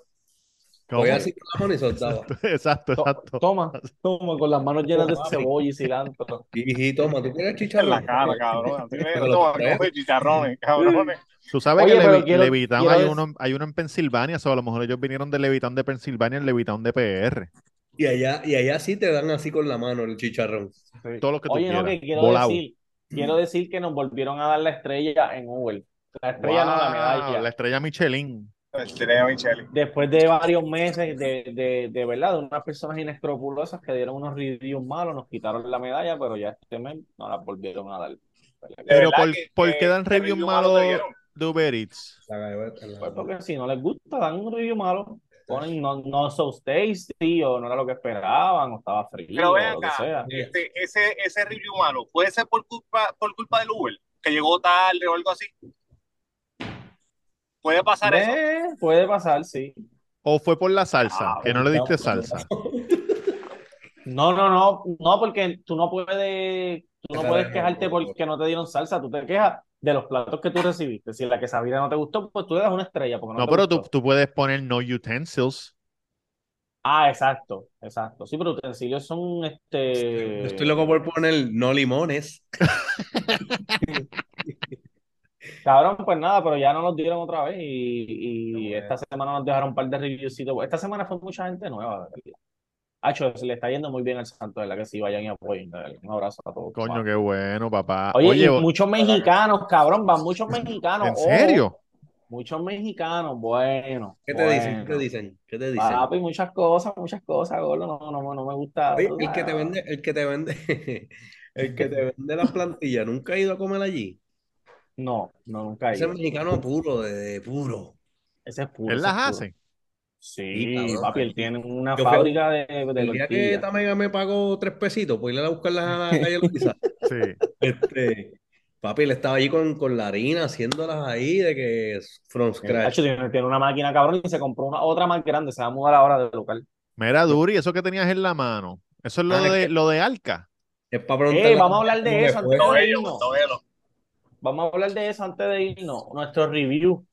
Speaker 2: ¿Cómo?
Speaker 1: Voy así con la mano y soltaba.
Speaker 2: Exacto,
Speaker 4: To-
Speaker 2: exacto.
Speaker 4: Toma, toma, con las manos llenas de
Speaker 1: Papi.
Speaker 4: cebolla y cilantro.
Speaker 1: Y, y toma, ¿tú quieres
Speaker 3: en
Speaker 1: chicharrón?
Speaker 3: la cara, cabrón. Así le
Speaker 1: Pero lo
Speaker 3: toma,
Speaker 1: traes.
Speaker 3: coge chicharrones, cabrones.
Speaker 2: Tú sabes
Speaker 4: Oye,
Speaker 2: que
Speaker 4: pero
Speaker 2: Levi-
Speaker 4: quiero-
Speaker 2: Levitown
Speaker 4: quiero
Speaker 2: hay
Speaker 4: des-
Speaker 2: uno, hay uno en Pensilvania, o sea, a lo mejor ellos vinieron de Levitown de Pensilvania en Levitown de PR.
Speaker 1: Y allá, y allá sí te dan así con la mano el chicharrón.
Speaker 2: Todo lo que tú
Speaker 4: Oye, no,
Speaker 2: quieras.
Speaker 4: que quiero
Speaker 2: Volado.
Speaker 4: decir, quiero decir que nos volvieron a dar la estrella en Uber. La estrella no, la
Speaker 2: Wow,
Speaker 4: medalla.
Speaker 2: la estrella Michelin.
Speaker 3: Estrella Michelle.
Speaker 4: Después de varios meses de, de, de verdad, de unas personas inescrupulosas que dieron unos reviews malos, nos quitaron la medalla, pero ya este mes no la volvieron a dar. Pues
Speaker 2: Pero
Speaker 3: verdad
Speaker 2: por,
Speaker 3: que-
Speaker 2: ¿por
Speaker 3: que-
Speaker 2: qué dan
Speaker 3: que
Speaker 2: reviews
Speaker 3: review malo
Speaker 2: malos
Speaker 3: te dieron.
Speaker 2: de Uber Eats?
Speaker 1: La galleta en la
Speaker 4: Pues
Speaker 1: mano.
Speaker 4: porque si no les gusta, dan un review malo. Ponen no, no so tasty, o no era lo que esperaban, o estaba frío,
Speaker 3: Pero ven
Speaker 4: o lo que
Speaker 3: acá,
Speaker 4: sea.
Speaker 3: este, ese, ese review malo, ¿puede ser por culpa, por culpa del Uber? Que llegó tarde o algo así. ¿Puede pasar eso?
Speaker 4: Eh, puede pasar, sí.
Speaker 2: ¿O fue por la salsa?
Speaker 3: Ah,
Speaker 2: que no le diste salsa.
Speaker 4: No, no, no, no, porque tú no puedes, tú no puedes quejarte porque no te dieron salsa, tú te quejas de los platos que tú recibiste. Si la quesadilla no te gustó, pues tú le das una estrella porque no
Speaker 2: No,
Speaker 4: te
Speaker 2: pero tú,
Speaker 4: gustó.
Speaker 2: tú puedes poner no utensils.
Speaker 4: Ah, exacto, exacto. Sí, pero utensilios son este.
Speaker 1: Yo estoy loco por poner no limones.
Speaker 4: Cabrón, pues nada, pero ya no nos dieron otra vez y, y esta semana nos dejaron un par de reviewcitos. Pues, Esta semana fue mucha gente nueva, de verdad. Hacho, se le está yendo muy bien al Santo, de la que sí, vayan y apoyen. de verdad. Un abrazo a todos.
Speaker 2: Coño, qué bueno, papá.
Speaker 4: Oye, y
Speaker 2: o-
Speaker 4: muchos mexicanos, cabrón, van muchos mexicanos.
Speaker 2: ¿en
Speaker 4: ojo,
Speaker 2: serio?
Speaker 4: muchos mexicanos, bueno.
Speaker 1: ¿Qué te dicen? ¿Qué te
Speaker 4: bueno.
Speaker 1: dicen? ¿Qué te dicen?
Speaker 4: Papi, muchas cosas, muchas cosas, gordo. No, no, no me gusta.
Speaker 1: Oye,
Speaker 4: tú
Speaker 1: el que te
Speaker 4: sabes.
Speaker 1: vende, el que te vende, el que te vende las plantillas, nunca ha ido a comer allí.
Speaker 4: No, no, nunca he
Speaker 1: Ese
Speaker 4: ido.
Speaker 1: mexicano puro, de, de puro.
Speaker 4: Ese es puro.
Speaker 2: Él
Speaker 4: ese es
Speaker 2: las
Speaker 4: puro.
Speaker 2: hace.
Speaker 1: Sí,
Speaker 4: Sí,
Speaker 1: cabrón.
Speaker 4: papi, él tiene una
Speaker 1: Yo fui a-
Speaker 4: fábrica de, de
Speaker 1: El día que
Speaker 4: tortillas.
Speaker 1: Tamega me pagó tres pesitos por ir a buscarlas a la calle Luisa,
Speaker 2: Sí.
Speaker 1: este, papi, le estaba allí con, con la harina, haciéndolas ahí, de que es
Speaker 4: Eh,
Speaker 1: from scratch.
Speaker 4: Hacho, tiene, tiene una máquina cabrón y se compró una otra más grande, se va a mudar ahora del local.
Speaker 2: Mira, Duri, eso que tenías en la mano. Eso es lo
Speaker 1: Ah, es
Speaker 2: de
Speaker 1: que-
Speaker 2: lo de Alca.
Speaker 1: Es para
Speaker 4: Eh,
Speaker 1: preguntarle
Speaker 4: vamos a hablar
Speaker 1: cómo
Speaker 4: de
Speaker 1: le
Speaker 4: eso
Speaker 1: fue.
Speaker 4: antes de irnos. Vamos a hablar de eso antes de irnos. Nuestro review.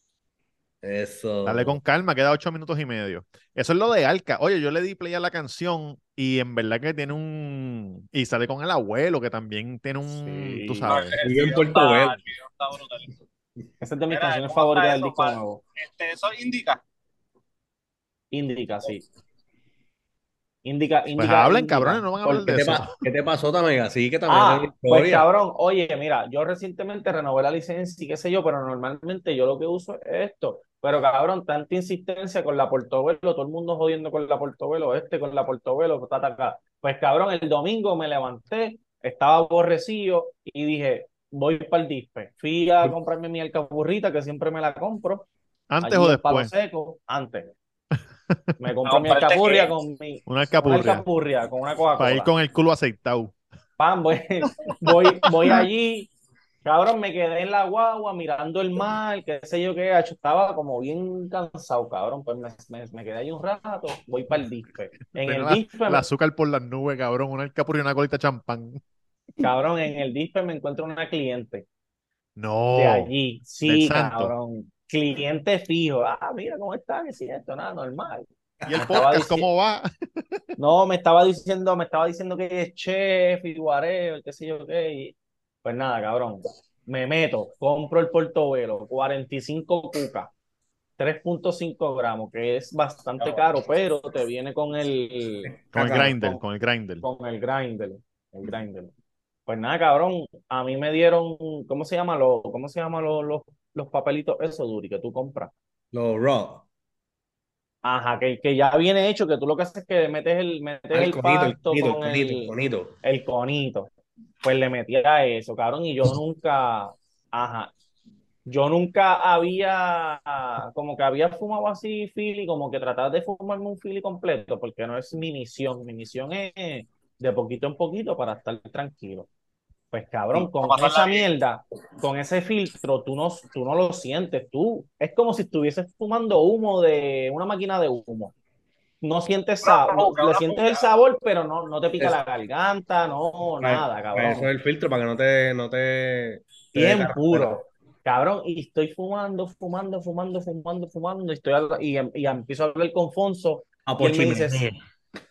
Speaker 1: Eso.
Speaker 2: Dale con calma, queda ocho minutos y medio. Eso es lo de Alca. Oye, yo le di play a la canción y en verdad que tiene un. Y sale con el abuelo, que también tiene un.
Speaker 4: Sí.
Speaker 2: Tú sabes.
Speaker 1: Vive en Puerto Velo.
Speaker 4: Esa es de mis
Speaker 3: Mira,
Speaker 4: canciones
Speaker 3: ¿cómo está
Speaker 4: favoritas del
Speaker 3: eso,
Speaker 4: disco
Speaker 3: Pablo?
Speaker 4: nuevo.
Speaker 3: Este, eso indica.
Speaker 4: Indica, sí. Indica, indica.
Speaker 2: Pues hablen,
Speaker 4: indica.
Speaker 2: cabrones, no van a
Speaker 1: ¿Por
Speaker 2: hablar
Speaker 1: qué
Speaker 2: de
Speaker 1: te
Speaker 2: eso.
Speaker 1: pa- ¿Qué te pasó, Tamega? Sí, que Tamega
Speaker 4: Ah,
Speaker 1: tiene
Speaker 4: pues
Speaker 1: historia.
Speaker 4: cabrón, oye, mira, yo recientemente renové la licencia y qué sé yo, pero normalmente yo lo que uso es esto. Pero cabrón, tanta insistencia con la Portobelo, todo el mundo jodiendo con la Portobelo, este con la Portobelo, ta, ta, ta. Pues cabrón, el domingo me levanté, estaba aborrecido y dije, voy para el dispe. Fui a comprarme mi alcaburrita, que siempre me la compro.
Speaker 2: Antes
Speaker 4: allí
Speaker 2: o
Speaker 4: en Palo
Speaker 2: después.
Speaker 4: Seco, antes. Me compré mi
Speaker 3: ¿Comprarte qué?
Speaker 4: alcapurria con mi
Speaker 2: Una
Speaker 4: una
Speaker 2: alcapurria.
Speaker 4: alcapurria, con una
Speaker 2: Para ir
Speaker 4: Coca-Cola.
Speaker 2: con el culo aceitado.
Speaker 4: Pam, voy, voy, voy allí. Cabrón, me quedé en la guagua mirando el mar, qué sé yo qué. hacho, Estaba como bien cansado, cabrón. Pues me, me- me quedé ahí un rato, voy para el dispe. En el
Speaker 2: Tenía
Speaker 4: dispe,
Speaker 2: El azúcar por las nubes, cabrón. Una alcapurria y una colita de champán.
Speaker 4: cabrón, en el dispe me encuentro una cliente
Speaker 2: No.
Speaker 4: de allí. Sí,
Speaker 2: Oh, del santo.
Speaker 4: cabrón. Cliente fijo. Ah, mira cómo está, que si esto, nada, normal.
Speaker 2: ¿Y el
Speaker 4: Estaba
Speaker 2: podcast
Speaker 4: dici-
Speaker 2: cómo va?
Speaker 4: No, me estaba diciendo, me estaba diciendo que es chef y whatever, qué sé yo qué. y- pues nada, cabrón. Me meto, compro el portobelo, 45 cuca, 3.5 gramos, que es bastante caro, pero te viene con el,
Speaker 2: Con el
Speaker 1: Cacao.
Speaker 2: grinder, con el grinder.
Speaker 4: con el grinder, el grinder. Pues nada, cabrón, a mí me dieron, ¿cómo se llama los, cómo se llama los, los, los papelitos esos, Duri, que tú compras?
Speaker 1: Los raw.
Speaker 4: Ajá, que, que ya viene hecho, que tú lo que haces es que metes el, metes
Speaker 1: Ah,
Speaker 4: Este el
Speaker 1: conito, el
Speaker 4: pasto
Speaker 1: conito, el
Speaker 4: con
Speaker 1: conito, el
Speaker 4: el,
Speaker 1: conito.
Speaker 4: el conito. Pues le metía a eso, cabrón, y yo nunca, ajá, yo nunca había, como que había fumado así fili, como que tratar de fumarme un fili completo, porque no es mi misión, mi misión es de poquito en poquito para estar tranquilo. Pues cabrón, con
Speaker 3: pasarla
Speaker 4: esa
Speaker 3: bien.
Speaker 4: mierda, con ese filtro, tú no, tú no lo sientes, tú, es como si estuvieses fumando humo de una máquina de humo. No sientes
Speaker 3: Una
Speaker 4: sabor,
Speaker 3: puca,
Speaker 4: le
Speaker 3: una
Speaker 4: sientes
Speaker 3: puca.
Speaker 4: el sabor, pero no, no te pica
Speaker 1: Es-
Speaker 4: la garganta, no,
Speaker 1: Para-
Speaker 4: nada,
Speaker 1: para
Speaker 4: cabrón.
Speaker 1: eso es el filtro, para que no te, no te, te dé
Speaker 4: Bien
Speaker 1: carraspera.
Speaker 4: puro. Cabrón, y estoy fumando, fumando, fumando, fumando, fumando, y, estoy al- y, em- y empiezo a hablar con Fonso,
Speaker 1: A
Speaker 4: y él me
Speaker 1: Pochimene.
Speaker 4: dice,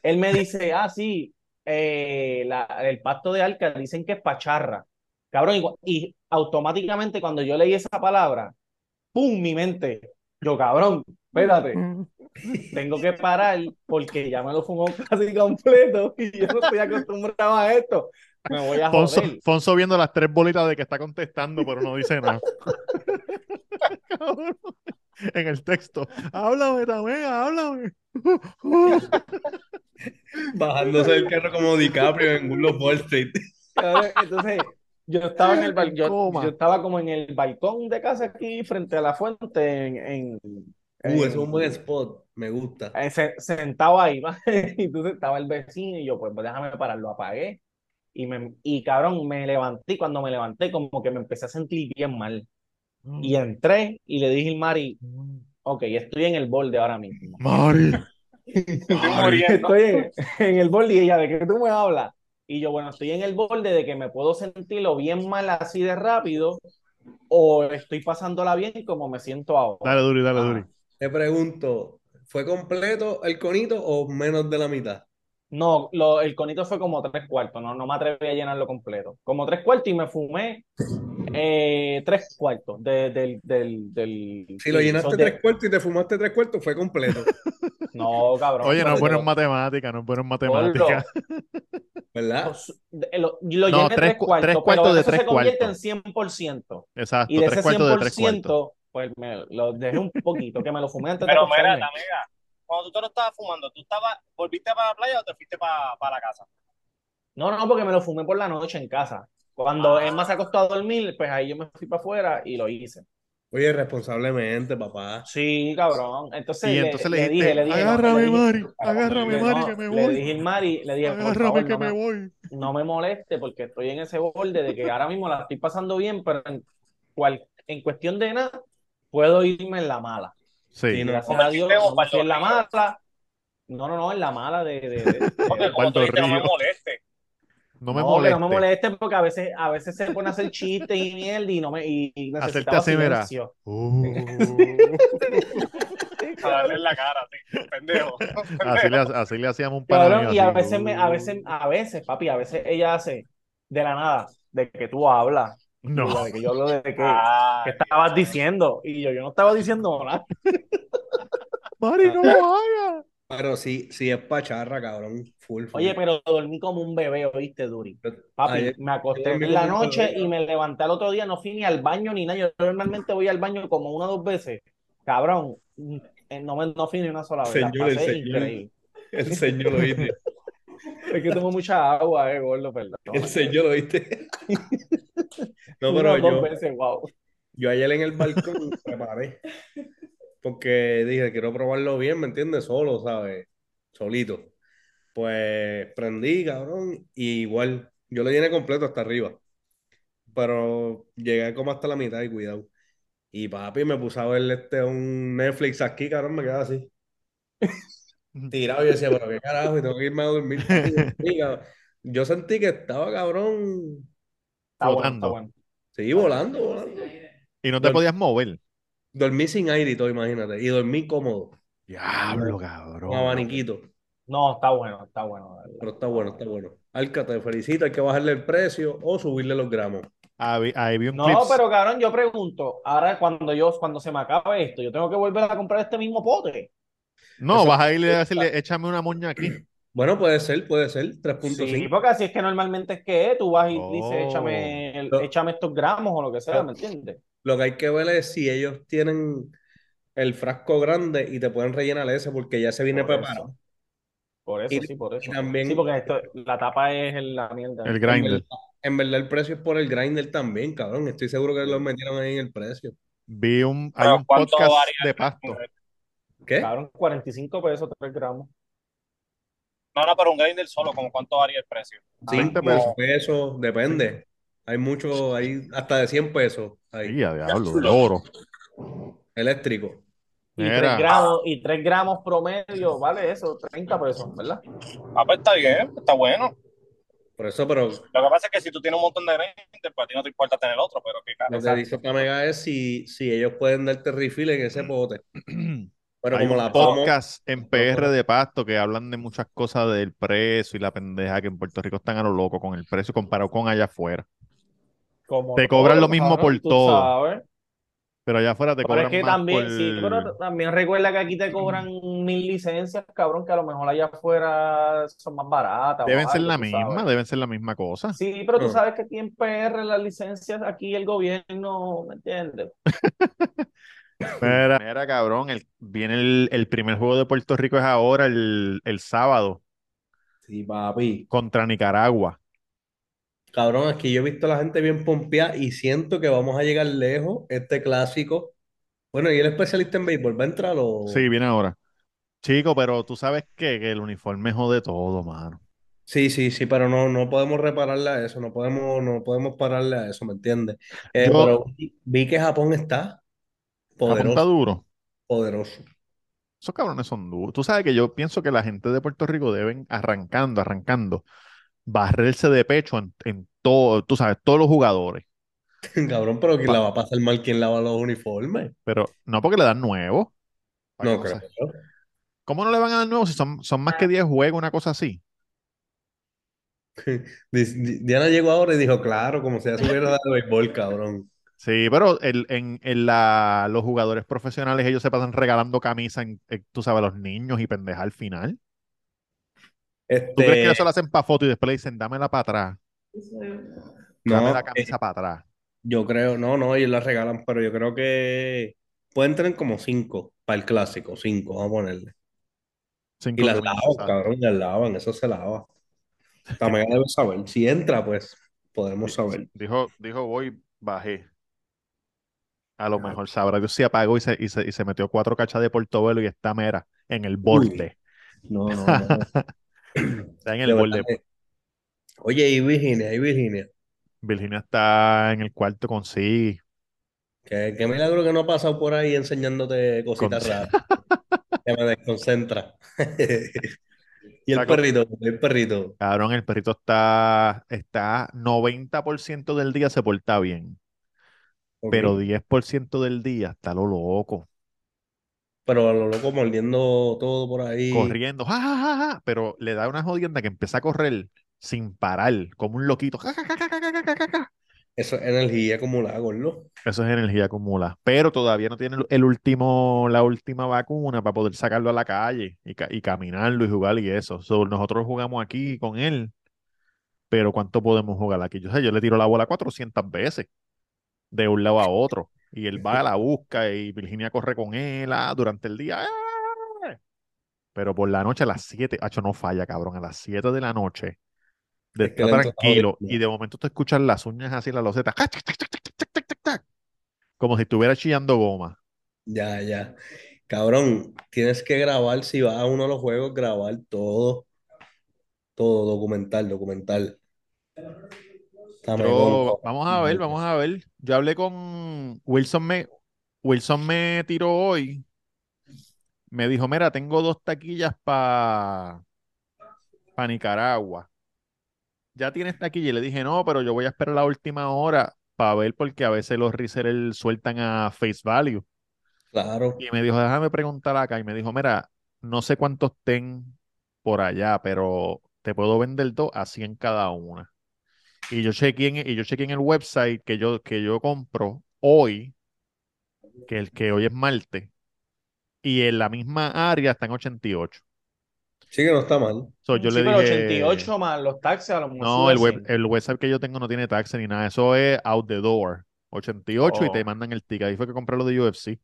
Speaker 4: él me dice, ah, sí, eh, la- el pacto de Alca dicen que es pacharra. Cabrón, y, cu- y automáticamente cuando yo leí esa palabra, ¡pum! mi mente, yo, cabrón, espérate, tengo que parar porque ya me lo fumó casi completo y yo no estoy acostumbrado a esto. Me voy a
Speaker 2: Fonso,
Speaker 4: joder.
Speaker 2: Fonso viendo las tres bolitas de que está contestando, pero no dice nada. Cabrón. en el texto. Háblame, también, háblame.
Speaker 1: Bajándose del carro como DiCaprio en Google of Wall Street.
Speaker 4: Cabrón, Entonces, yo estaba en el bal- yo,
Speaker 2: Coma.
Speaker 4: yo estaba como en el balcón de casa aquí frente a la fuente en, en, Eh.
Speaker 1: Uh, es un buen spot, me gusta.
Speaker 4: en- se- sentado ahí, ¿va? Y entonces estaba el vecino y yo, pues, pues, déjame parar, lo apagué. Y, me, y cabrón, me levanté. y Cuando me levanté, como que me empecé a sentir bien mal. Y Mm. entré y le dije al Mari, ok, estoy en el borde ahora mismo.
Speaker 2: Mari,
Speaker 3: Estoy muriendo.
Speaker 4: Estoy en, en el borde y ella, ¿de qué tú me hablas? Y yo, bueno, estoy en el borde de que me puedo sentirlo bien mal así de rápido o estoy pasándola bien como me siento ahora.
Speaker 2: Dale, Duri, dale, Duri.
Speaker 1: Te pregunto, ¿fue completo el conito o menos de la mitad?
Speaker 4: No, lo- el conito fue como tres cuartos, no, no me atreví a llenarlo completo. Como tres cuartos y me fumé eh, tres cuartos de- del, del, del...
Speaker 1: Si lo
Speaker 4: y
Speaker 1: llenaste
Speaker 4: esos de-
Speaker 1: tres cuartos y te fumaste tres cuartos, fue completo,
Speaker 4: No, cabrón.
Speaker 2: Oye, no es
Speaker 4: Ah, pero-
Speaker 2: bueno en matemática, no es bueno en matemática.
Speaker 1: ¿verdad?
Speaker 4: de- Lo, lo
Speaker 2: No,
Speaker 4: llené
Speaker 2: tres
Speaker 4: tres
Speaker 2: cu-
Speaker 4: cuartos,
Speaker 2: tres
Speaker 4: pero
Speaker 2: cuartos de
Speaker 4: eso
Speaker 2: tres
Speaker 4: se convierte
Speaker 2: cuartos.
Speaker 4: en 100%.
Speaker 2: Exacto,
Speaker 4: Y de
Speaker 2: tres
Speaker 4: ese
Speaker 2: cuartos de tres
Speaker 4: 100%,
Speaker 2: cuartos.
Speaker 4: pues me lo dejé un poquito, que me lo fumé antes de
Speaker 3: Pero mira,
Speaker 4: acostarme.
Speaker 3: la mega, cuando tú te lo estabas fumando, ¿tú estabas, volviste para la playa o te fuiste para, para la casa?
Speaker 4: No, no, porque me lo fumé por la noche en casa.
Speaker 3: Ah.
Speaker 4: Cuando Emma se acostó a dormir, pues ahí yo me fui para afuera y lo hice.
Speaker 1: Oye, responsablemente, papá.
Speaker 4: Sí, cabrón. Entonces,
Speaker 2: Y
Speaker 4: le,
Speaker 2: entonces le
Speaker 4: le
Speaker 2: dijiste,
Speaker 4: dije, le dije, no,
Speaker 2: agárrame,
Speaker 4: le dije, Ah,
Speaker 2: Mari,
Speaker 4: le-
Speaker 2: agárrame,
Speaker 4: no,
Speaker 2: Mari, que me
Speaker 4: le
Speaker 2: voy.
Speaker 4: dije al Mari, le dije, por
Speaker 2: Agárrame,
Speaker 4: favor,
Speaker 2: que
Speaker 4: no
Speaker 2: me
Speaker 4: me,
Speaker 2: voy.
Speaker 4: no me moleste porque estoy en ese borde de que ahora mismo la estoy pasando bien, pero en, cual, en cuestión de nada, puedo irme en la mala.
Speaker 1: Sí,
Speaker 2: Sí,
Speaker 1: no.
Speaker 4: Gracias a Dios, no
Speaker 3: Convertirte
Speaker 4: me
Speaker 3: en
Speaker 4: fui en la
Speaker 3: Osvaldo
Speaker 4: mala. No, no, no, en la mala de... de- de- de-
Speaker 3: Porque como
Speaker 2: Puerto
Speaker 3: tú dijiste, no me
Speaker 2: Río.
Speaker 3: moleste.
Speaker 2: no me
Speaker 4: que no me
Speaker 2: moleste.
Speaker 4: moleste porque a veces, a veces se pone a hacer chistes y mierda y no me y, y
Speaker 2: Hacerte
Speaker 4: necesitaba
Speaker 2: así, mira.
Speaker 4: silencio.
Speaker 2: Uh.
Speaker 3: Para darle en la cara, sí, pendejo.
Speaker 2: así, le, ha- así le hacíamos un par
Speaker 4: Cabrón, y a veces me, a veces, a veces, papi, a veces ella hace de la nada, de que tú hablas, y yo,
Speaker 2: No,
Speaker 4: de que yo hablo de que, ¿qué
Speaker 3: Ah,
Speaker 4: estabas diciendo, y yo, yo no estaba diciendo nada.
Speaker 2: Mari, no lo hagas.
Speaker 1: Pero sí, sí es pacharra, cabrón. Full, full.
Speaker 4: Oye, pues, pero dormí como un bebé, oíste, Duri. Papi,
Speaker 1: Ayer-
Speaker 4: me acosté
Speaker 1: ayer me
Speaker 4: en la
Speaker 1: comí un
Speaker 4: noche
Speaker 1: bebé.
Speaker 4: y me levanté al otro día, no fui ni al baño ni nada. Yo normalmente voy al baño como una o dos veces. Cabrón, eh, no, me, no fui ni una sola vez. La
Speaker 1: Señor, el
Speaker 4: pasé
Speaker 1: señor.
Speaker 4: increíble.
Speaker 1: El señor lo viste.
Speaker 4: Es que tomo mucha agua, eh, gordo, perdón.
Speaker 1: El señor lo viste. No,
Speaker 4: Una
Speaker 1: pero
Speaker 4: o dos
Speaker 1: yo,
Speaker 4: veces, wow.
Speaker 1: yo ayer en el balcón me paré. Porque dije, quiero probarlo bien, ¿me entiendes? Solo, ¿sabes? Solito. Pues prendí, cabrón, y igual. Yo lo llené completo hasta arriba. Pero llegué como hasta la mitad y cuidado. Y papi, me puse a ver este, un Netflix aquí, cabrón, me quedaba así. Tirado, yo decía, pero qué carajo, y tengo que irme a dormir. papi, dormí, cabrón. Yo sentí que estaba, cabrón,
Speaker 4: Está bueno,
Speaker 2: Flotando.
Speaker 4: está bueno.
Speaker 1: seguí volando, volando.
Speaker 2: Y no te
Speaker 1: Dol-
Speaker 2: podías mover.
Speaker 1: Dormí sin aire y todo, imagínate. Y dormí cómodo,
Speaker 2: Diablo,
Speaker 1: con
Speaker 2: cabrón.
Speaker 1: abaniquito.
Speaker 4: No, está bueno, está bueno. de verdad.
Speaker 1: Pero está bueno, está bueno. Alca, te felicito, hay que bajarle el precio o subirle los gramos.
Speaker 2: Ah, vi- Ahí vi un
Speaker 4: No,
Speaker 2: clip.
Speaker 4: pero cabrón, yo pregunto, ahora cuando yo, cuando se me acabe esto, yo tengo que volver a comprar este mismo pote.
Speaker 2: No,
Speaker 1: Eso-
Speaker 2: vas a irle a decirle, échame una moña aquí.
Speaker 1: Bueno, puede ser, puede ser,
Speaker 4: Sí,
Speaker 1: 3.5.
Speaker 4: porque así es que normalmente es que tú vas y
Speaker 2: Oh.
Speaker 4: dices, échame, el-
Speaker 1: No.
Speaker 4: échame estos gramos o lo que sea,
Speaker 1: No.
Speaker 4: ¿me entiendes?
Speaker 1: Lo que hay que ver es si ellos tienen el frasco grande y te pueden rellenar ese porque ya se viene
Speaker 4: Por eso.
Speaker 1: preparado.
Speaker 4: Por eso,
Speaker 1: Y-
Speaker 4: sí, por eso.
Speaker 1: y también-
Speaker 4: Sí, porque esto, la tapa es el- la mierda.
Speaker 2: El
Speaker 1: En
Speaker 2: grinder.
Speaker 1: verdad, en verdad el precio es por el grinder también, cabrón. Estoy seguro que lo metieron ahí en el precio.
Speaker 2: Vi un, hay
Speaker 3: Pero
Speaker 2: un
Speaker 3: ¿cuánto
Speaker 2: podcast
Speaker 3: varía
Speaker 2: de
Speaker 3: el
Speaker 2: pasto.
Speaker 1: ¿Qué?
Speaker 4: Cabrón, 45 pesos, 3 gramos.
Speaker 3: No, no, pero un grinder solo, como cuánto varía el precio.
Speaker 1: 5
Speaker 2: 20 pesos.
Speaker 1: pesos, depende. Hay mucho, hay hasta de 100 pesos ahí,
Speaker 2: Sí, a diablo, de oro.
Speaker 1: eléctrico.
Speaker 4: Y
Speaker 2: Mira.
Speaker 4: 3 gramos, y 3 gramos promedio, vale eso, 30 pesos, ¿verdad?
Speaker 3: Ah, pues está bien, está bueno.
Speaker 1: Por eso, pero
Speaker 3: Lo que pasa es que si tú tienes un montón de grinder, pues a ti no te importa tener otro, pero que caro.
Speaker 1: lo que dice Pamela es si, si ellos pueden darte refill en ese pote. Pero
Speaker 2: Mm. Hay
Speaker 1: como
Speaker 2: un
Speaker 1: la promo,
Speaker 2: podcast en PR de pasto que hablan de muchas cosas del precio y la pendeja que en Puerto Rico están a lo loco con el precio comparado con allá afuera.
Speaker 4: Como
Speaker 2: Te cobran lo
Speaker 4: todo,
Speaker 2: mismo
Speaker 4: cabrón,
Speaker 2: por
Speaker 4: tú
Speaker 2: todo.
Speaker 4: sabes.
Speaker 2: Pero allá afuera te
Speaker 4: Pero
Speaker 2: cobran
Speaker 4: es que
Speaker 2: más
Speaker 4: también,
Speaker 2: por-
Speaker 4: sí, pero también recuerda que aquí te cobran mil licencias, cabrón, que a lo mejor allá afuera son más baratas. o
Speaker 2: Deben ser
Speaker 4: algo,
Speaker 2: la
Speaker 4: tú
Speaker 2: misma,
Speaker 4: sabes.
Speaker 2: deben ser la misma cosa.
Speaker 4: Sí, pero tú
Speaker 1: No.
Speaker 4: sabes que aquí en PR las licencias, aquí el gobierno, ¿me entiendes?
Speaker 2: Mira, mira, cabrón, el, viene el, el primer juego de Puerto Rico es ahora el, el sábado
Speaker 1: sí, papi.
Speaker 2: contra Nicaragua.
Speaker 1: Cabrón, aquí yo he visto a la gente bien pompeada y siento que vamos a llegar lejos este clásico. Bueno, y el especialista en béisbol va a entrar o
Speaker 2: Sí, viene ahora. Chico, pero tú sabes qué? que el uniforme jode todo, mano.
Speaker 1: Sí, sí, sí, pero no, no podemos repararle a eso, no podemos, no podemos pararle a eso, ¿me entiendes? Eh,
Speaker 2: Yo-
Speaker 1: pero vi, vi que Japón está
Speaker 2: Japón está
Speaker 1: poderoso,
Speaker 2: duro.
Speaker 1: poderoso.
Speaker 2: Esos cabrones son duros. Tú sabes que yo pienso que la gente de Puerto Rico deben, arrancando, arrancando, barrerse de pecho en, en todo, tú sabes, todos los jugadores.
Speaker 1: Cabrón, pero ¿quién la va a pasar mal? ¿Quién lava los uniformes?
Speaker 2: Pero no porque le dan nuevos. Para
Speaker 1: No
Speaker 2: que tú
Speaker 1: creo.
Speaker 2: sabes. ¿Cómo no le van a dar nuevos si son, son más que 10 juegos, una cosa así?
Speaker 1: Dice- Di- Diana llegó ahora y dijo, claro, como si ya se hubiera dado béisbol, cabrón.
Speaker 2: Sí, pero el- en, en la, los jugadores profesionales ellos se pasan regalando camisas, en- en, tú sabes, a los niños y pendeja al final. ¿Tú crees que
Speaker 1: Este,
Speaker 2: ellos se la hacen para foto y después le dicen, dámela para atrás, dame
Speaker 1: no, eh,
Speaker 2: la camisa para atrás?
Speaker 1: yo creo, no, no, ellos la regalan, pero yo creo que pueden tener como cinco para el clásico, cinco, vamos a ponerle.
Speaker 2: Cinco
Speaker 1: Y las
Speaker 2: camisas,
Speaker 1: lavan,
Speaker 2: ¿sabes?
Speaker 1: cabrón, las lavan, eso se lava. También debe saber. Si entra, pues podremos saber.
Speaker 2: Dijo, dijo, voy, bajé. A lo mejor sabrá Dios si apagó y se, y se, y se metió cuatro cachas de portobelo y está mera en el borde.
Speaker 1: No, no, no.
Speaker 2: Está en
Speaker 1: De
Speaker 2: el
Speaker 1: verdad
Speaker 2: borde.
Speaker 1: que- Oye, y Virginia, y Virginia.
Speaker 2: Virginia está en el cuarto con sí.
Speaker 1: Qué, qué milagro que no ha pasado por ahí enseñándote cositas
Speaker 2: Con-
Speaker 1: raras. Que me desconcentra. Y el
Speaker 2: Está con-
Speaker 1: perrito, el perrito.
Speaker 2: Cabrón, el perrito está, está 90% del día se porta bien,
Speaker 1: Ok.
Speaker 2: pero 10% del día está lo loco,
Speaker 1: Pero a lo loco mordiendo todo por ahí.
Speaker 2: corriendo, ja, ja, ja, ja, pero le da una jodienda que empieza a correr sin parar, como un loquito. ja, ja, ja, ja, ja, ja, ja, ja, ja.
Speaker 1: Eso es energía acumulada, gordo.
Speaker 2: Eso es energía acumulada, pero todavía no tiene el- el último, la última vacuna para poder sacarlo a la calle y, ca- y caminarlo y jugar y eso. So, nosotros jugamos aquí con él, pero ¿cuánto podemos jugar aquí? Yo sé, yo le tiro la bola 400 veces de un lado a otro y él va, la busca y Virginia corre con él ah, durante el día. ¡ah! Pero por la noche a las 7, hacho, no falla, cabrón, a las 7 de la noche. De
Speaker 1: Es que
Speaker 2: estar
Speaker 1: le entra la
Speaker 2: tranquilo
Speaker 1: olla.
Speaker 2: y de momento te escuchas las uñas así, en la loseta, ¡tac, tac, tac, tac, tac, tac, tac, tac, tac! como si estuviera chillando goma.
Speaker 1: Ya, ya. Cabrón, tienes que grabar, si vas a uno de los juegos, grabar todo. Todo, documental, documental. Está
Speaker 2: Yo-
Speaker 1: megón,
Speaker 2: vamos a ver,
Speaker 1: cabrón.
Speaker 2: vamos a ver. Yo hablé con Wilson, me, Wilson me tiró hoy. Me dijo, mira, tengo dos taquillas para Nicaragua. ¿Ya tienes taquilla? Y le dije, no, pero yo voy a esperar la última hora para ver porque a veces los resellers sueltan a face value.
Speaker 1: Claro.
Speaker 2: Y me dijo, déjame preguntar acá. Y me dijo, mira, no sé cuántos ten por allá, pero te puedo vender dos a 100 cada una. Y yo chequeé en, y yo chequeé en el website que yo, que yo compro hoy, que el que hoy es martes, y en la misma área está en 88.
Speaker 1: Sí que no está mal.
Speaker 2: So, yo
Speaker 4: sí,
Speaker 2: le
Speaker 4: pero
Speaker 2: dije,
Speaker 4: 88 más los taxes a lo mejor
Speaker 2: no,
Speaker 4: sube
Speaker 2: el, web,
Speaker 4: 100.
Speaker 2: el website que yo tengo no tiene taxa ni nada, eso es out the door, 88 y te
Speaker 4: Oh.
Speaker 2: mandan el ticket. Ahí fue que compré lo de UFC.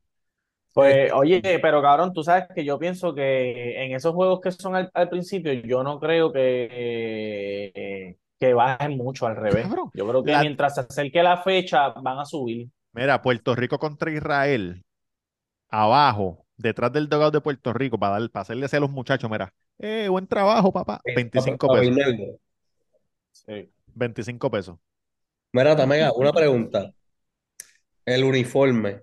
Speaker 4: Pues, oye, pero cabrón, tú sabes que yo pienso que en esos juegos que son al, al principio, yo no creo que, eh, que bajen mucho, al revés.
Speaker 2: Cabrón,
Speaker 4: Yo creo que
Speaker 2: la-
Speaker 4: mientras se acerque la fecha, van a subir.
Speaker 2: Mira, Puerto Rico contra Israel, abajo, detrás del dugout de Puerto Rico, para, dar, para hacerle así a los muchachos, mira, eh, buen trabajo, papá.
Speaker 4: Eh,
Speaker 2: 25
Speaker 1: Papi
Speaker 2: pesos,
Speaker 1: Nervo.
Speaker 2: 25 pesos.
Speaker 1: Mira, Tamega, una pregunta. El uniforme,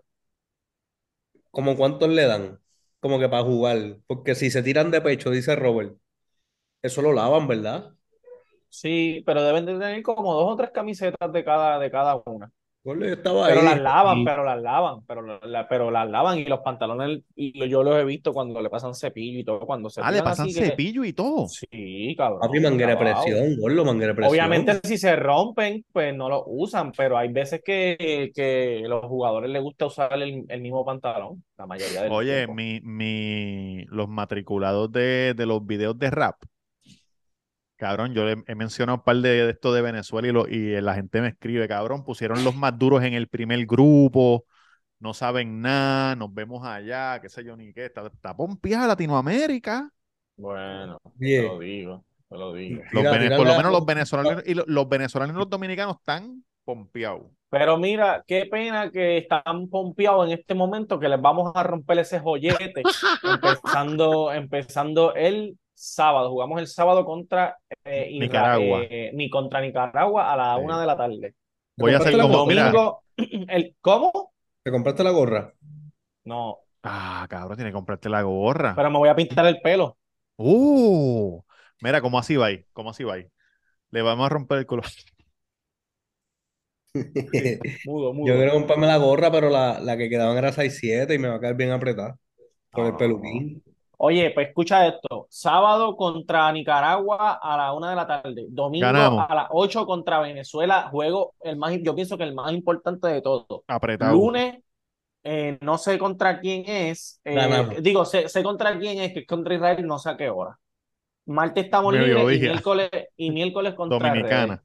Speaker 1: ¿cómo cuántos le dan? Como que para jugar. Porque si se tiran de pecho, dice Robert, eso lo lavan, ¿verdad?
Speaker 4: Sí, pero deben de tener como dos o tres camisetas de cada, de cada una.
Speaker 1: Gordo, yo estaba
Speaker 4: Pero
Speaker 1: ahí.
Speaker 4: las lavan,
Speaker 1: y-
Speaker 4: pero las lavan, pero, la- la- pero las lavan y los pantalones, y yo los he visto cuando le pasan cepillo y todo, cuando se
Speaker 2: Ah, le
Speaker 4: tiran
Speaker 2: pasan
Speaker 4: Pues así que...
Speaker 2: cepillo y todo.
Speaker 4: Sí, cabrón,
Speaker 1: Papi, manguera de
Speaker 4: lavado.
Speaker 1: presión, gordo, manguera de presión.
Speaker 4: Obviamente, si se rompen, pues no lo usan, pero hay veces que, que los jugadores les gusta usar el, el mismo pantalón, la mayoría del
Speaker 2: Oye,
Speaker 4: tiempo.
Speaker 2: mi, mi, los matriculados de, de los videos de rap. Cabrón, yo le- he mencionado un par de, de estos de Venezuela y, lo- y la gente me escribe, cabrón, pusieron los más duros en el primer grupo, no saben nada, nos vemos allá, qué sé yo ni qué, está, está pompeada Latinoamérica.
Speaker 4: Bueno, te
Speaker 1: Oye,
Speaker 4: lo digo, te lo digo.
Speaker 2: Los
Speaker 1: tira-
Speaker 2: vene-
Speaker 1: tira
Speaker 2: por lo
Speaker 1: la-
Speaker 2: menos los venezolanos y lo- los, venezolanos y los dominicanos están pompeados.
Speaker 4: Pero mira, qué pena que están pompeados en este momento que les vamos a romper ese joyete empezando, empezando el sábado. Jugamos el sábado contra eh, Isra-
Speaker 2: Nicaragua.
Speaker 4: eh, ni contra Nicaragua a la
Speaker 2: Sí.
Speaker 4: una de la tarde.
Speaker 1: ¿Te
Speaker 2: Voy a
Speaker 1: compraste
Speaker 2: hacer
Speaker 1: la
Speaker 2: como-
Speaker 1: gorra?
Speaker 2: mira.
Speaker 4: Domingo, el, ¿cómo?
Speaker 1: ¿Te compraste la gorra?
Speaker 4: No,
Speaker 2: Ah, cabrón, tiene que comprarte la gorra.
Speaker 4: Pero me voy a pintar el pelo.
Speaker 2: Uh, mira, ¿cómo así va ahí? ¿Cómo así va ahí? Le vamos a romper el culo.
Speaker 4: Mudo, mudo.
Speaker 1: Yo quiero comprarme la gorra, pero la, la que quedaban era 6-7 y me va a quedar bien apretada con el
Speaker 2: Ah.
Speaker 1: peluquín.
Speaker 4: Oye, pues escucha esto. Sábado contra Nicaragua a la una de la tarde. Domingo
Speaker 2: Ganamos.
Speaker 4: a las ocho contra Venezuela. Juego el más, yo pienso que el más importante de todo.
Speaker 2: Apretado.
Speaker 4: Lunes, eh, no sé contra quién es. eh,
Speaker 1: Ganamos.
Speaker 4: digo, sé, sé contra quién es, que es contra Israel, no sé a qué hora. Martes estamos libres y
Speaker 2: Mediodía.
Speaker 4: miércoles, y miércoles contra Redes.
Speaker 2: Dominicana.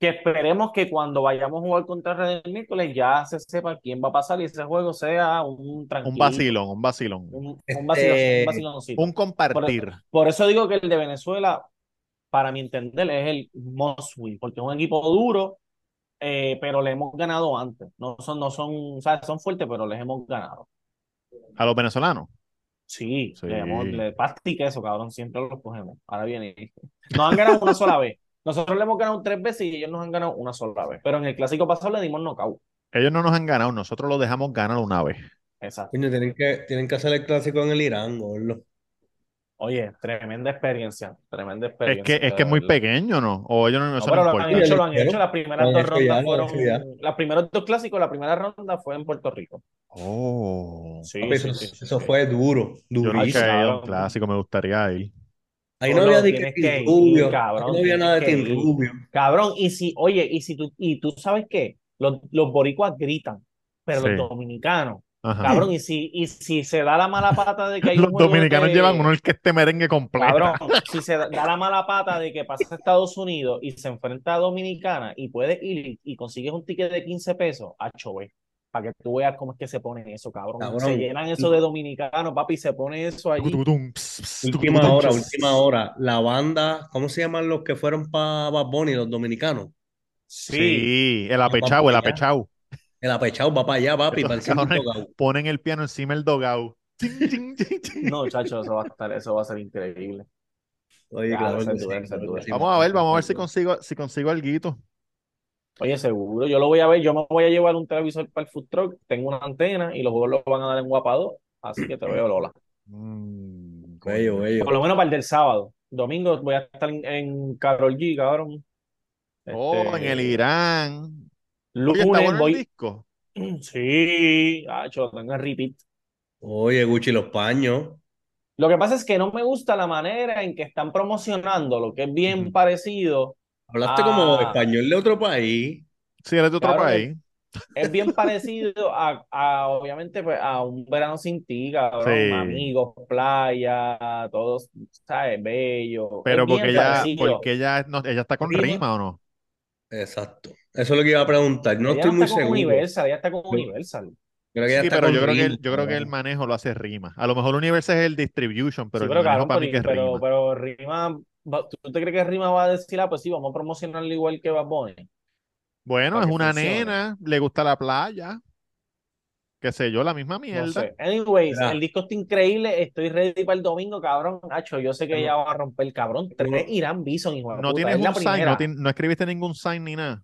Speaker 4: Que esperemos que cuando vayamos a jugar contra Redes el miércoles ya se sepa quién va a pasar y ese juego sea un
Speaker 2: Un
Speaker 4: tranquilito,
Speaker 2: vacilón, un vacilón.
Speaker 4: Un,
Speaker 1: Este-
Speaker 4: un vacilón- un vaciloncito.
Speaker 2: Un compartir.
Speaker 4: Por eso digo que el de Venezuela, para mi entender, es el must win, porque es un equipo duro, eh, pero le hemos ganado antes. No son, no son, o sea, son fuertes, pero les hemos ganado.
Speaker 2: A los venezolanos.
Speaker 4: Sí,
Speaker 2: Sí.
Speaker 4: le hemos, le practica eso, cabrón, siempre lo cogemos. Ahora viene. Nos han ganado una sola vez. Nosotros le hemos ganado tres veces y ellos nos han ganado una sola vez. Pero en el clásico pasado le dimos knockout.
Speaker 2: Ellos no nos han ganado, nosotros los dejamos ganar una vez.
Speaker 4: Exacto.
Speaker 1: Coño, tienen que, tienen que hacer el clásico en el Irán, gordo.
Speaker 4: Oye, tremenda experiencia, tremenda
Speaker 2: Es
Speaker 4: experiencia.
Speaker 2: que, es que es muy
Speaker 4: de verdad.
Speaker 2: pequeño, ¿no? O ellos no,
Speaker 4: No,
Speaker 2: eso
Speaker 4: Ah, pero
Speaker 2: no
Speaker 4: lo han
Speaker 2: importa.
Speaker 4: hecho, lo han hecho. Las primeras
Speaker 1: Lo han
Speaker 4: dos
Speaker 1: hecho ya,
Speaker 4: rondas
Speaker 1: lo han
Speaker 4: fueron.
Speaker 1: hecho
Speaker 4: Los primeros dos clásicos, la primera ronda fue en Puerto Rico.
Speaker 2: Oh.
Speaker 4: Sí,
Speaker 1: Papi,
Speaker 4: sí,
Speaker 1: eso,
Speaker 4: sí, sí,
Speaker 1: eso
Speaker 4: sí.
Speaker 1: fue duro,
Speaker 2: Yo no he
Speaker 1: durísimo.
Speaker 2: caído
Speaker 4: cabrón.
Speaker 2: un clásico, me gustaría ir.
Speaker 1: Ahí no
Speaker 4: Solo
Speaker 1: había ni que
Speaker 4: tienes
Speaker 1: Tim
Speaker 4: que ir,
Speaker 1: Rubio, ahí
Speaker 4: cabrón,
Speaker 1: no había nada de
Speaker 4: tienes
Speaker 1: Tim
Speaker 4: que ir.
Speaker 1: Rubio.
Speaker 4: Cabrón, y si, oye, y si tú, y tú sabes qué, los, los boricuas gritan, pero
Speaker 2: Sí.
Speaker 4: los dominicanos,
Speaker 2: Ajá.
Speaker 4: cabrón, y si, y si se da la mala pata de que hay un
Speaker 2: Los
Speaker 4: juego
Speaker 2: dominicanos
Speaker 4: de-
Speaker 2: llevan uno el que este merengue completo.
Speaker 4: Cabrón, si se da, da la mala pata de que pasa a Estados Unidos y se enfrenta a Dominicana y puedes ir y consigues un ticket de 15 pesos, a ve, para que tú veas cómo es que se ponen eso, cabrón.
Speaker 1: Cabrón.
Speaker 4: Se llenan eso de dominicanos, papi, se pone eso allí.
Speaker 2: Tucutum, ps, ps,
Speaker 1: Última
Speaker 2: tucutum,
Speaker 1: hora,
Speaker 2: ps.
Speaker 1: última hora. La banda, ¿cómo se llaman los que fueron para Bad Bunny, los dominicanos?
Speaker 4: Sí,
Speaker 2: Sí, el apechau, el
Speaker 1: Vamos allá.
Speaker 2: apechau.
Speaker 1: El apechado va para allá, papi,
Speaker 2: Estos
Speaker 1: para encima del
Speaker 2: cabrones.
Speaker 1: tocado.
Speaker 2: Ponen el piano encima del dogao. Ting, ting, ting, ting.
Speaker 4: no, chacho, eso va a estar, eso va a ser increíble.
Speaker 1: Oye,
Speaker 4: Ya,
Speaker 1: claro
Speaker 4: esa
Speaker 1: que
Speaker 4: es
Speaker 1: sí,
Speaker 4: dura, esa es
Speaker 1: claro que
Speaker 4: dura.
Speaker 1: sí,
Speaker 2: Vamos a ver, vamos a ver si
Speaker 1: claro
Speaker 2: consigo, si consigo alguito.
Speaker 4: Oye, seguro, yo lo voy a ver, yo me voy a llevar un televisor para el food truck, tengo una antena y los juegos lo van a dar en Guapador, así que te veo, Lola.
Speaker 2: Mm,
Speaker 1: que sí. Bello,
Speaker 2: coño.
Speaker 1: bello.
Speaker 4: Por lo menos para el del sábado. Domingo voy a estar en, en Carol G, cabrón.
Speaker 2: Oh, en
Speaker 4: Este,
Speaker 2: el Irán. Oye,
Speaker 4: Lunes
Speaker 2: está bueno el
Speaker 4: voy.
Speaker 2: disco.
Speaker 4: Sí, hacho, tengo el repeat.
Speaker 1: Oye, Gucci, los paños.
Speaker 4: Lo que pasa es que no me gusta la manera en que están promocionando lo que es bien
Speaker 2: Ujú.
Speaker 4: parecido.
Speaker 1: Hablaste
Speaker 4: Ah.
Speaker 1: como español de otro país.
Speaker 2: Sí, eres de otro
Speaker 4: Cabrón,
Speaker 2: país.
Speaker 4: Es bien parecido a, a, obviamente, pues, a un verano sin ti, cabrón.
Speaker 2: Sí.
Speaker 4: Amigos, playa, todos, ¿sabes? Bello.
Speaker 2: Pero
Speaker 4: es bien
Speaker 2: porque ella,
Speaker 4: parecido.
Speaker 2: porque ella, no- ella está con
Speaker 1: Prima.
Speaker 2: rima o no.
Speaker 1: Exacto. Eso es lo que iba a preguntar. No
Speaker 4: Ella
Speaker 1: estoy
Speaker 4: no
Speaker 1: muy
Speaker 4: está con
Speaker 1: seguro.
Speaker 4: Universal, ella está con
Speaker 1: Yo-
Speaker 4: Universal.
Speaker 1: Creo que ya
Speaker 2: Sí,
Speaker 1: está
Speaker 2: pero
Speaker 1: con
Speaker 2: yo creo que el,
Speaker 1: ritmo,
Speaker 2: yo creo que el
Speaker 1: cabrón.
Speaker 2: manejo lo hace rima. A lo mejor Universal es el distribution, pero
Speaker 4: Sí,
Speaker 2: el
Speaker 4: pero
Speaker 2: manejo
Speaker 4: cabrón,
Speaker 2: para mí que
Speaker 4: pero,
Speaker 2: es
Speaker 4: pero,
Speaker 2: rima.
Speaker 4: pero Rima, va- ¿tú te crees que Rima va a decir, ah, pues sí, vamos a promocionarlo igual que Bad Bunny?
Speaker 2: Bueno,
Speaker 4: para
Speaker 2: es
Speaker 4: que
Speaker 2: una
Speaker 4: funcione.
Speaker 2: nena, le gusta la playa, qué sé yo, la misma
Speaker 4: No
Speaker 2: mierda.
Speaker 4: sé. Anyways,
Speaker 1: Mira.
Speaker 4: el disco está increíble, estoy ready para el domingo, cabrón, Nacho, yo sé que
Speaker 1: No.
Speaker 4: ella va a romper, cabrón, tres Irán Bison, hijo de
Speaker 2: No
Speaker 4: puta,
Speaker 2: tienes
Speaker 4: es la
Speaker 2: un sign,
Speaker 4: primera.
Speaker 2: no, tien- no escribiste ningún sign ni nada.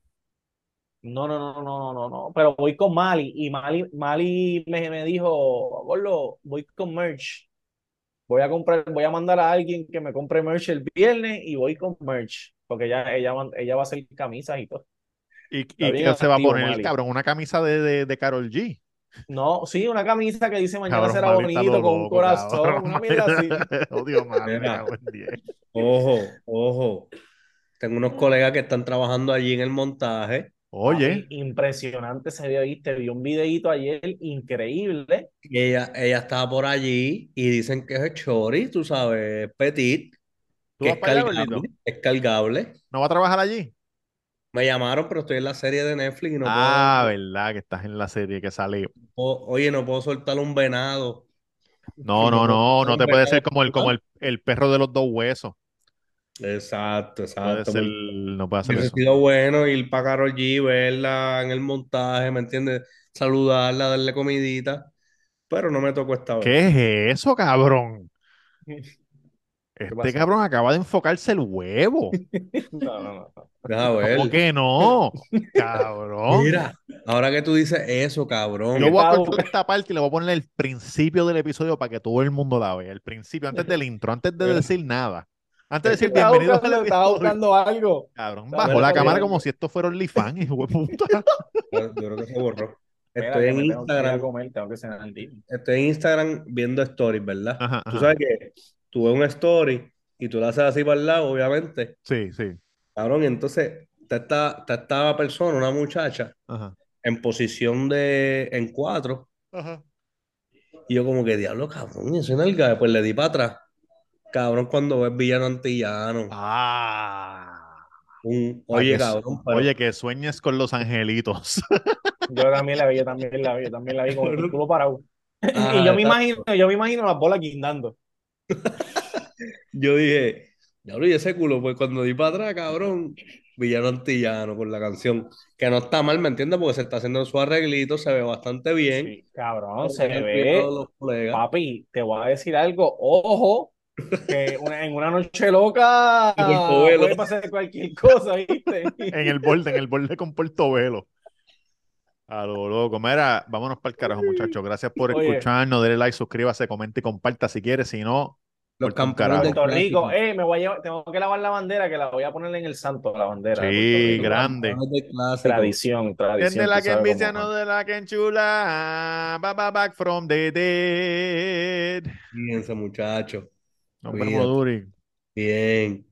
Speaker 4: No, no, no, no, no, no, no, pero voy con Mali, y Mali, Mali me, me dijo, Gordo, voy con merch, voy a comprar, voy a mandar a alguien que me compre merch el viernes y voy con merch, porque ella, ella, va- ella va a hacer camisas y todo.
Speaker 2: ¿Y, y
Speaker 4: bien
Speaker 2: qué se va a
Speaker 4: activo,
Speaker 2: poner el
Speaker 4: Mali.
Speaker 2: cabrón? Una camisa de, de, de Karol G.
Speaker 4: No, sí, una camisa que dice mañana
Speaker 2: Cabrón,
Speaker 4: será
Speaker 2: Mali está
Speaker 4: bonito
Speaker 2: lo
Speaker 4: con un
Speaker 2: loco,
Speaker 4: corazón,
Speaker 2: cabrón.
Speaker 4: una mierda así.
Speaker 2: Odio Mali, me
Speaker 1: Mira.
Speaker 2: cago en diez.
Speaker 1: Ojo, ojo. Tengo unos colegas que están trabajando allí en el montaje.
Speaker 2: Oye,
Speaker 4: Papi, impresionante se vio, viste, vi un videíto ayer increíble.
Speaker 1: Y ella, ella estaba por allí y dicen que es chori, tú sabes, petit,
Speaker 2: ¿tú
Speaker 1: que
Speaker 2: vas
Speaker 1: es
Speaker 2: para allá,
Speaker 1: cargable,
Speaker 2: gordito?
Speaker 1: es cargable.
Speaker 2: ¿No vas a trabajar allí?
Speaker 1: Me llamaron, pero estoy en la serie de Netflix y no
Speaker 2: Ah,
Speaker 1: puedo,
Speaker 2: verdad, que estás en la serie que sale.
Speaker 1: o- oye, no puedo soltar un venado.
Speaker 2: No,
Speaker 1: Sí,
Speaker 2: no,
Speaker 1: no, no,
Speaker 2: no, no te
Speaker 1: no,
Speaker 2: puede
Speaker 4: eh,
Speaker 1: no,
Speaker 2: ser como el,
Speaker 1: no.
Speaker 2: como el, el perro de los dos huesos.
Speaker 1: Exacto,
Speaker 2: Puede
Speaker 1: exacto.
Speaker 4: pues.
Speaker 2: ser,
Speaker 1: porque
Speaker 2: no puede hacer
Speaker 1: Hubiese
Speaker 2: eso.
Speaker 1: sido bueno ir para Carol G, verla en el montaje, ¿me entiendes? Saludarla, darle comidita, pero no me tocó esta vez.
Speaker 2: ¿Qué es eso, cabrón? Este
Speaker 1: pasa?
Speaker 2: cabrón acaba de enfocarse el huevo.
Speaker 3: No, no, no. no.
Speaker 1: Deja ver.
Speaker 2: ¿Por qué no? Cabrón.
Speaker 1: Mira, ahora que tú dices eso, cabrón.
Speaker 2: Yo voy a
Speaker 4: Pau.
Speaker 2: cortar esta parte y le voy a poner el principio del episodio para que todo el mundo la vea. El principio, antes del intro, antes de decir nada. Antes de decir
Speaker 4: Estaba
Speaker 2: bienvenidos al
Speaker 4: buscando- estaba
Speaker 2: episodio.
Speaker 4: buscando algo.
Speaker 2: Cabrón,
Speaker 4: estaba
Speaker 2: bajó la
Speaker 4: buscando-
Speaker 2: cámara como si esto fuera OnlyFans, hijo de puta.
Speaker 1: Yo creo que se borró.
Speaker 4: Espera,
Speaker 1: Estoy
Speaker 4: que
Speaker 1: en
Speaker 4: me tengo que ir a
Speaker 1: Instagram.
Speaker 4: comer, tengo que cenar el día.
Speaker 1: Estoy en Instagram viendo stories, ¿verdad?
Speaker 2: Ajá,
Speaker 1: Tú
Speaker 2: ajá.
Speaker 1: sabes que tú ves una story y tú la haces así para el lado, obviamente.
Speaker 2: Sí, sí.
Speaker 1: Cabrón, y entonces está esta, está esta persona, una muchacha,
Speaker 2: Ajá.
Speaker 1: en posición de en cuatro. Y yo como que, diablo, cabrón, eso nalga. Pues le di para atrás. Cabrón, cuando ves villano antillano.
Speaker 2: Ah.
Speaker 1: Un-
Speaker 2: Ay,
Speaker 1: oye,
Speaker 2: que-
Speaker 1: cabrón, pero-
Speaker 2: Oye, que sueñes con los angelitos.
Speaker 4: Yo también la vi, yo también la vi, yo también la vi con el culo parado.
Speaker 1: Ah,
Speaker 4: y yo me
Speaker 1: está-
Speaker 4: imagino, yo me imagino las bolas guindando.
Speaker 1: Yo dije, diablo, y ese culo, pues cuando di para atrás, cabrón, villano antillano con la canción, que no está mal, ¿me entiendes? Porque se está haciendo su arreglito, se ve bastante bien.
Speaker 4: Sí, cabrón, se
Speaker 1: Con el
Speaker 4: ve. Ah,
Speaker 1: cuidado de los colegas.
Speaker 4: Papi, te voy a decir algo, ojo, que una- en una noche loca
Speaker 1: Y con Covelo.
Speaker 4: puede pasar cualquier cosa, ¿viste?
Speaker 2: En el borde, en el borde con Portobelo. A lo loco. Mira, vámonos para el carajo, muchachos. Gracias por
Speaker 4: Oye.
Speaker 2: escucharnos. Dele like, suscríbase, comente y comparta si quiere. Si no,
Speaker 1: Los
Speaker 2: Por un
Speaker 1: campeones del
Speaker 4: Puerto Rico,
Speaker 1: clásico.
Speaker 4: eh, me voy a llevar, tengo que lavar la bandera, que la voy a poner en el santo, la bandera. de Puerto
Speaker 2: sí,
Speaker 4: Rico.
Speaker 2: grande.
Speaker 1: Campeones del clásico.
Speaker 4: Tradición, tradición.
Speaker 2: Es de la
Speaker 4: tú
Speaker 2: que
Speaker 4: sabes
Speaker 2: envicia,
Speaker 4: cómo
Speaker 2: no de la que enchula. Ba, ba, back from the dead.
Speaker 1: Fíjense, muchachos.
Speaker 2: Nos vemos,
Speaker 1: Cuídate.
Speaker 2: Duri.
Speaker 1: Bien.